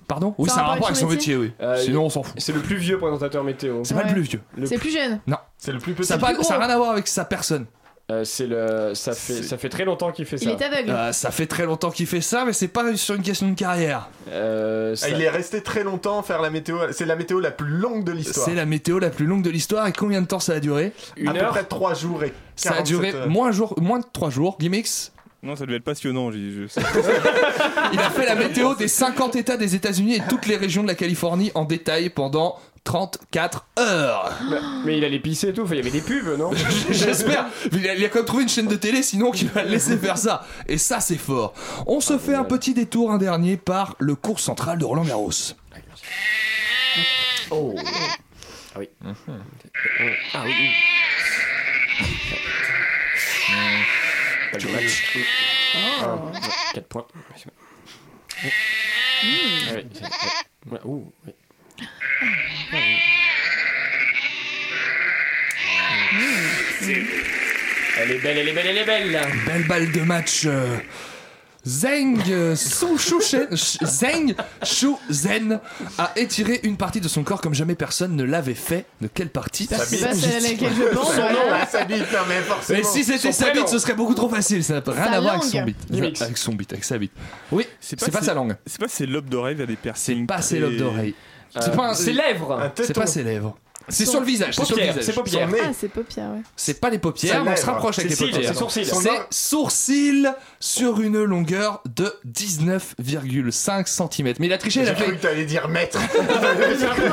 S4: Pardon Oui,
S1: C'est en
S4: c'est un rapport avec son métier, oui. Sinon, on s'en fout.
S11: C'est le plus vieux présentateur météo.
S4: C'est pas le plus vieux.
S1: C'est plus jeune.
S4: Non.
S11: C'est le plus petit.
S4: Ça n'a pas- ça n'a rien à voir avec sa personne.
S11: Euh, c'est le, ça fait, ça fait très longtemps qu'il fait ça.
S1: Il est aveugle.
S4: Euh, ça fait très longtemps qu'il fait ça, mais c'est pas sur une question de carrière.
S11: Euh, ça-
S3: Ah, il est resté très longtemps faire la météo. C'est la météo la plus longue de l'histoire.
S4: C'est la météo la plus longue de l'histoire et combien de temps ça a duré
S3: à peu près 3 jours et
S4: Ça a
S3: 47
S4: duré
S3: heures.
S4: moins, un jour, moins de 3 jours. Gimmicks
S10: Non, ça devait être passionnant. j'ai- je sais.
S4: Il a fait la météo des 50 États des États-Unis et toutes les régions de la Californie en détail pendant 34 heures.
S11: Mais, mais il allait pisser et tout. Enfin, il y avait des pubs, non
S4: J'espère. Mais Il a, il a quand même trouvé une chaîne de télé, sinon qui va le laisser faire ça. Et ça, c'est fort. On se fait un petit détour, un dernier, par le cours central de Roland Garros.
S11: Oh. Ah oui. Ah oui.
S4: Du match.
S11: 4 points. Ah oui, c'est- ouais, ouais, ouh, oui. Elle est belle, elle est belle, elle est belle là.
S4: Belle balle de match. euh, Zeng euh, Su- Shushen- Sh- Zeng Shuzen a étiré une partie de son corps comme jamais personne ne l'avait fait. De quelle partie
S1: Ça, Bah, c'est pas celle à laquelle je pense.
S3: Son nom,
S1: voilà.
S3: sa bite, non mais forcément.
S4: Mais si c'était sa bite, ce serait beaucoup trop facile. Ça n'a rien
S1: Sa
S4: à voir avec
S1: langue.
S4: son bite.
S10: Gimmicks.
S4: Avec son bite, avec sa bite. Oui, c'est pas, sa langue.
S10: C'est pas ses lobes d'oreille vers des piercings.
S4: Pas ses lobes
S10: et-
S4: d'oreille. C'est
S10: Euh,
S4: pas un-
S11: ses lèvres. Un
S4: C'est
S10: téton.
S4: pas ses lèvres. C'est
S1: Son-
S4: sur le visage. C'est sur le
S11: Paupières,
S4: visage.
S11: c'est paupières.
S4: Son nez.
S1: Ah, c'est paupière,
S4: [laughs]
S1: ouais.
S4: C'est pas les paupières,
S11: Sa
S4: on se
S11: lèvre.
S4: rapproche avec les
S11: C'est cils,
S4: paupières.
S11: c'est sourcil. Son
S4: C'est
S11: or-
S4: sourcil sur une longueur de 19,5 cm. Mais il a triché, il
S3: J'ai
S4: a
S3: cru
S4: fait.
S3: que t'allais dire maître.
S1: Comment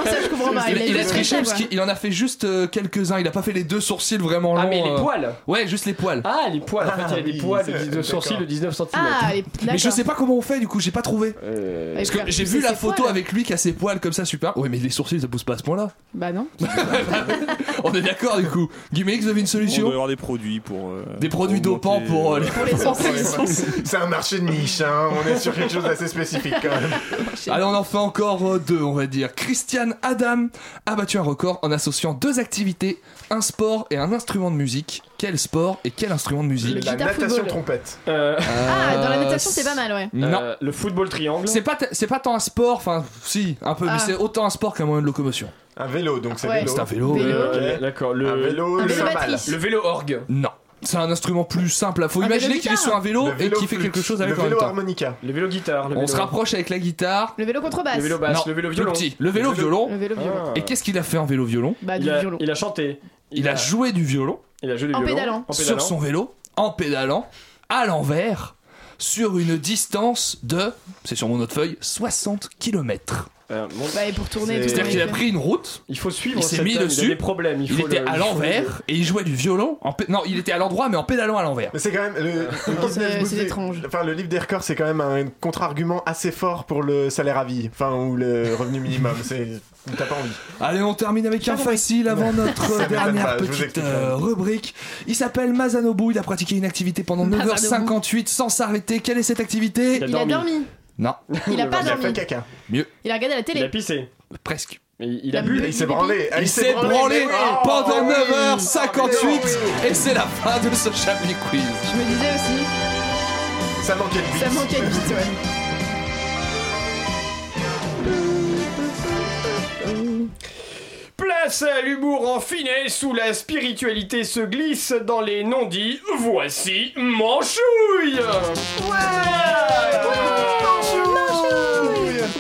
S1: ça, je comprends pas.
S4: Il, il a
S1: juste
S4: triché
S1: fait,
S4: parce
S1: quoi.
S4: qu'il il en a fait juste euh, quelques-uns. Il a pas fait les deux sourcils vraiment longs.
S11: Ah, mais les
S4: euh.
S11: poils.
S4: Ouais, juste les poils.
S11: Ah, les poils. En fait, il y a
S3: Ah,
S11: des
S3: oui,
S11: poils
S3: c'est-
S11: de- de
S3: d'accord.
S11: sourcils de 19 cm.
S1: Ah, les- d'accord.
S4: Mais je sais pas comment on fait du coup, j'ai pas trouvé.
S11: Euh,
S4: Parce que j'ai vu la photo
S11: hein.
S4: avec lui qui a ses poils comme ça, super. Ouais, mais les sourcils ça pousse pas à ce point-là.
S1: Bah non.
S4: On est d'accord du coup. Guimix, vous avez une
S10: On doit y
S4: solution
S10: avoir des produits pour. euh,
S4: Des produits dopants
S10: augmenter,
S4: pour euh,
S10: euh,
S4: les- [laughs]
S1: les sourcils.
S3: C'est un marché de niche, hein. on est sur quelque chose d'assez spécifique quand même.
S4: Allez, on en fait encore euh, deux, on va dire. Christian Adam a battu un record en associant deux activités, un sport et un instrument de musique. Quel sport et quel instrument de musique
S3: La
S1: Guitare
S3: natation
S1: football.
S3: trompette.
S11: Euh,
S1: Ah, dans la
S4: Euh,
S1: natation, c'est pas mal, ouais.
S4: Non.
S11: euh, le football triangle.
S4: C'est pas, t- c'est pas tant un sport, enfin, si, un peu,
S1: Ah.
S4: mais c'est autant un sport qu'un moyen de locomotion.
S3: Un vélo, donc c'est
S1: Ouais.
S3: vélo.
S4: C'est un vélo.
S1: Vélo.
S11: Euh,
S3: Ok.
S11: D'accord.
S3: Un
S11: Le,
S3: vélo,
S1: Un
S3: le
S1: vélo
S3: cymbal.
S1: batterie.
S11: le vélo orgue.
S4: Non. C'est un instrument plus simple. Faut
S1: Un vélo
S4: imaginer qu'il est
S1: guitare.
S4: sur un vélo,
S3: Le vélo
S4: et qu'il fait
S3: flûte.
S4: quelque chose avec
S3: Le
S4: en même
S3: vélo
S4: temps.
S3: harmonica.
S11: Le vélo guitare. Le
S4: On
S11: vélo...
S4: se rapproche avec la guitare.
S1: Le vélo contrebasse.
S11: Le
S2: Bah,
S11: vélo basse.
S4: Non,
S11: le vélo
S4: plus
S11: violon.
S4: petit. Le vélo violon.
S1: Le vélo violon.
S11: Ah.
S4: Et qu'est-ce qu'il a fait en vélo violon
S1: Bah, du
S11: il, a,
S1: violon.
S11: il a chanté.
S4: Il a joué du violon
S11: Il a joué du
S1: En
S11: violon.
S1: pédalant.
S11: En pédalant.
S4: sur son vélo en pédalant à l'envers sur une distance de, c'est sur mon autre feuille, 60 km.
S11: Euh, bon,
S1: Bah, et pour tourner.
S3: C'est-
S1: tout
S4: C'est-à-dire qu'il a
S1: fait.
S4: pris une route,
S11: il faut suivre.
S4: Il s'est
S11: cet
S4: mis
S11: homme, Il
S4: dessus.
S11: a des problèmes. Il,
S4: il
S11: faut
S4: était
S11: le-
S4: à
S11: il faut le-
S4: l'envers et il jouait du violon. En pé- Non, il était à l'endroit mais en pédalant à l'envers.
S3: Mais c'est quand même le, le Guinness
S1: c'est-
S3: Book
S1: c'est
S3: des-
S1: étrange.
S3: Enfin, le livre des records, c'est quand même un contre-argument assez fort pour le salaire à vie, enfin ou le revenu minimum. C'est t'as pas envie.
S4: Allez, on termine avec un facile
S3: [laughs]
S4: avant
S3: Ça
S4: notre
S3: m'étonne
S4: dernière
S3: pas, je vous
S4: petite
S3: explique.
S4: euh, rubrique. Il s'appelle Mazanobu, il a pratiqué une activité pendant
S1: Mazanobu.
S4: 9h58 sans s'arrêter. Quelle est cette activité
S11: Il a
S1: Il a
S11: dormi. [laughs]
S1: dormi.
S4: Non,
S1: Il a pas
S3: Il a fait
S1: dormi.
S3: caca.
S1: Il a regardé la
S11: Il a
S1: télé.
S11: pissé.
S4: presque.
S11: Mais Il, il a
S1: Il a
S11: bu.
S1: bu.
S3: Il s'est branlé. Ah,
S4: Il s'est branlé
S3: mais oui.
S4: pendant
S3: Oh, oui. Oh,
S4: 9h58
S3: mais
S4: et c'est la fin de ce Chablis Quiz.
S1: Je me disais aussi,
S3: oui. Ça manquait de
S1: ça
S3: bits.
S1: manquait de bite, ouais.
S11: Place à l'humour en finesse où la spiritualité se glisse dans les non-dits. Voici Manchouille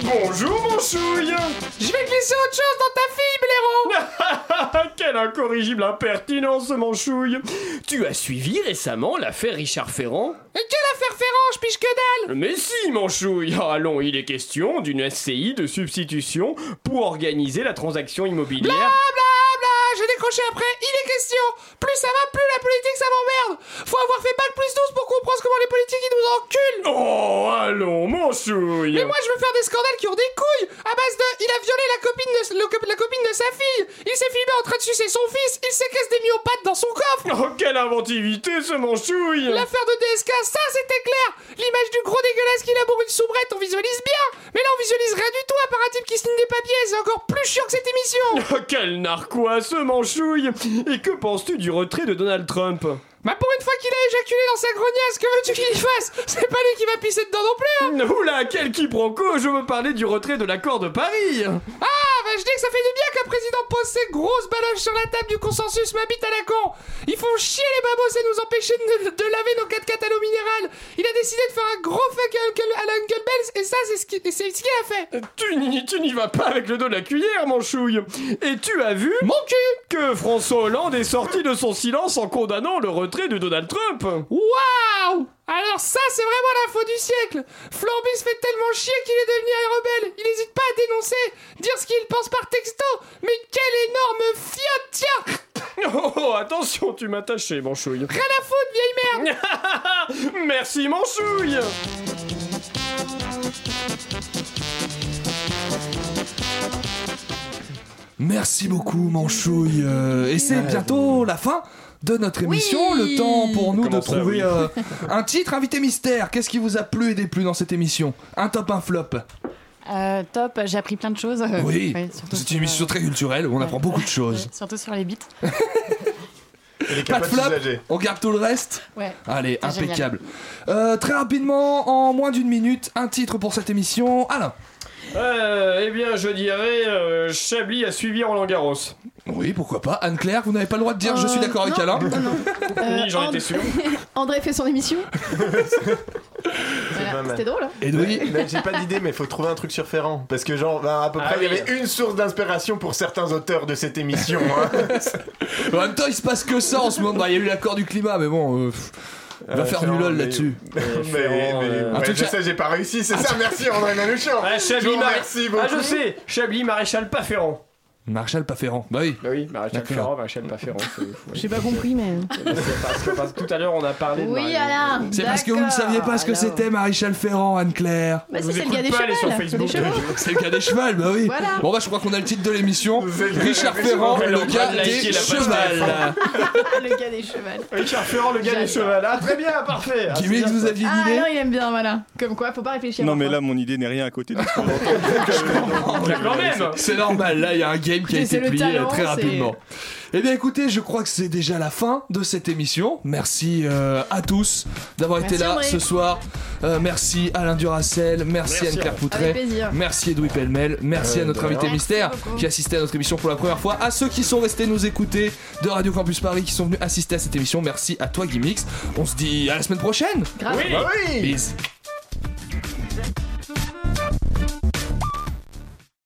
S11: Bonjour Manchouille
S4: Je vais glisser autre chose dans ta fille, blaireau
S11: [laughs] Quelle incorrigible impertinence Manchouille Tu as suivi récemment l'affaire Richard Ferrand
S4: Et quelle affaire Ferrand, je piche que dalle
S11: Mais si, Manchouille Allons, il est question d'une SCI de substitution pour organiser la transaction immobilière.
S4: Blabla, j'ai décroché après, il est question Plus ça va, plus la politique ça m'emmerde Faut avoir fait bac plus 12 pour comprendre comment les politiques ils nous enculent
S11: Oh, Allons, mon chouille
S20: Mais moi, je veux faire des scandales qui ont des couilles À base de. Il a violé la copine de, le cop- la copine de sa fille Il s'est filmé en train de sucer son fils Il séquestre des myopathes dans son coffre
S11: Oh, quelle inventivité, ce manchouille
S20: L'affaire de DSK, ça c'était clair L'image du gros dégueulasse qui laboure une soubrette, on visualise bien Mais là on visualise rien du tout à part un type qui signe des papiers, c'est encore plus chiant que cette émission
S11: Oh, quel narquois, ce manchouille Et que penses-tu du retrait de Donald Trump
S20: Bah pour une fois qu'il a éjaculé dans sa grognasse, que veux-tu qu'il y fasse C'est pas lui qui va pisser dedans non plus hein
S11: Oula, quel quiproquo Je veux parler du retrait de l'accord de Paris
S20: Ah bah je dis que ça fait du bien qu'un président pose ses grosses baloches sur la table du consensus m'habite à la con Ils font chier les babos et nous empêcher de, de laver nos 4 catalogues minérales Il a décidé de faire un gros fuck à Uncle, à la Uncle Bells et ça c'est ce qui- c'est ce qu'il a fait
S11: Tu n'y, tu n'y vas pas avec le dos de la cuillère, mon chouille Et tu as vu
S20: Mon cul
S11: que François Hollande est sorti de son silence en condamnant le retrait de Donald Trump
S20: Waouh Alors ça, c'est vraiment l'info du siècle Flamby se fait tellement chier qu'il est devenu un rebelle Il hésite pas à dénoncer, dire ce qu'il pense par texto Mais quelle énorme fiotte, tiens
S11: Oh, [laughs] oh, attention, tu m'as taché, mon chouille
S20: Rien à foutre, vieille merde
S11: [laughs] Merci, mon chouille
S4: Merci beaucoup, Manchouille. euh, et c'est bientôt la fin de notre émission.
S1: Oui.
S4: le temps pour nous
S1: Comment
S4: de
S1: ça,
S4: trouver
S1: oui
S4: euh, un titre invité mystère. Qu'est-ce qui vous a plu et déplu dans cette émission Un top, un flop.
S21: Euh, top, j'ai appris plein de choses. euh,
S4: Oui,
S21: [laughs] ouais, surtout, euh,
S4: c'est une émission très culturelle où on apprend beaucoup de choses.
S21: surtout sur les beats.
S4: Pas de
S3: capotes
S4: flop, on garde tout le reste.
S21: Ouais.
S4: Allez,
S21: C'est génial.
S4: impeccable. Euh, très rapidement, en moins d'une minute, un titre pour cette émission. Alain.
S11: Euh, eh bien, je dirais euh, Chablis a suivi Roland Garros.
S4: Oui, pourquoi pas. Anne-Claire, vous n'avez pas le droit de dire je
S1: Euh,
S21: Euh,
S4: suis d'accord avec Alain.
S21: [laughs]
S11: [laughs] Oui, j'en étais sûr.
S1: André fait son
S11: [laughs]
S1: émission.
S3: C'est pas mal.
S1: C'était drôle. hein.
S4: Et oui.
S3: Mais J'ai pas d'idée, mais faut trouver un truc sur Ferrand. Parce que, genre, ben, à peu
S11: Ah
S3: près, il y
S11: oui.
S3: avait une source d'inspiration pour certains auteurs de cette émission.
S4: [laughs]
S3: hein.
S4: En même temps, il se passe que ça en ce moment. Bah, Il y a eu l'accord du climat, mais bon. euh, pff, on va
S3: Euh,
S4: faire
S3: Ferrand,
S4: nul
S3: mais-
S4: là-dessus.
S3: [laughs] Mais,
S11: Ferrand,
S3: mais-
S11: euh,
S3: ouais,
S4: en tout
S3: je
S4: cas-
S3: sais, j'ai pas réussi, c'est ça, merci André Manouchian.
S11: Ah,
S3: je
S11: Chablis
S3: vous
S11: Mar-
S3: remercie beaucoup.
S11: Ah, je sais, Chablis maréchal pas Ferrand.
S4: Marshall pas Ferrand. Bah oui.
S11: Bah oui, maréchal
S4: D'accord.
S11: Ferrand, maréchal pas Ferrand. c'est-
S21: J'ai pas compris, mais.
S11: c'est [laughs] parce que- parce que tout à l'heure on a parlé de
S1: Oui,
S11: Marie-
S1: Alain.
S4: C'est parce que vous ne saviez pas ce que c'était Maréchal Ferrand, Anne-Claire.
S1: Bah, si,
S11: Vous
S1: c'est le gars des
S11: écoutez pas, allez sur
S1: chevals.
S11: Facebook.
S1: Des chevaux.
S4: C'est le cas des chevals, bah oui.
S1: Voilà.
S4: Bon bah je crois qu'on a le titre de l'émission. Richard
S11: Richard
S4: Ferrand,
S11: Ferrand,
S4: le gars
S11: le gars
S4: des
S11: qui l'a pas
S4: chevals.
S1: Ah, le gars des chevals.
S11: Richard Ferrand, le gars des chevals. Ah, très bien, parfait. Ah, c'est
S4: Kimi,
S11: bien,
S4: vous
S11: ça.
S4: aviez
S1: Ah,
S4: une idée
S1: Alain, il aime bien, voilà. Comme quoi, faut pas réfléchir.
S10: Non, mais
S1: maintenant.
S10: là, mon idée n'est rien à côté de ce qu'on
S11: Quand même.
S4: C'est normal, là il y a un game qui
S1: Écoutez,
S4: a été
S1: c'est le
S4: plié euh,
S1: talent,
S4: très
S1: c'est-
S4: rapidement. Eh bien écoutez, je crois que c'est déjà la fin de cette émission. Merci euh, à tous d'avoir été
S1: Merci,
S4: là
S1: André.
S4: ce soir. Euh, merci Alain Duracel, merci,
S11: Merci,
S4: Anne-Claire
S11: Alain.
S4: Poutret.
S1: Avec plaisir.
S4: Merci Edoui Pellemel, merci
S3: Euh,
S4: à notre
S3: de rien.
S4: invité
S1: Merci
S4: mystère
S1: beaucoup.
S4: qui assistait à notre émission pour la première fois, à ceux qui sont restés nous écouter de Radio Campus Paris qui sont venus assister à cette émission, merci à toi Guimix. On se dit à la semaine prochaine.
S1: Grave.
S11: Oui.
S3: Bah oui
S4: Bis.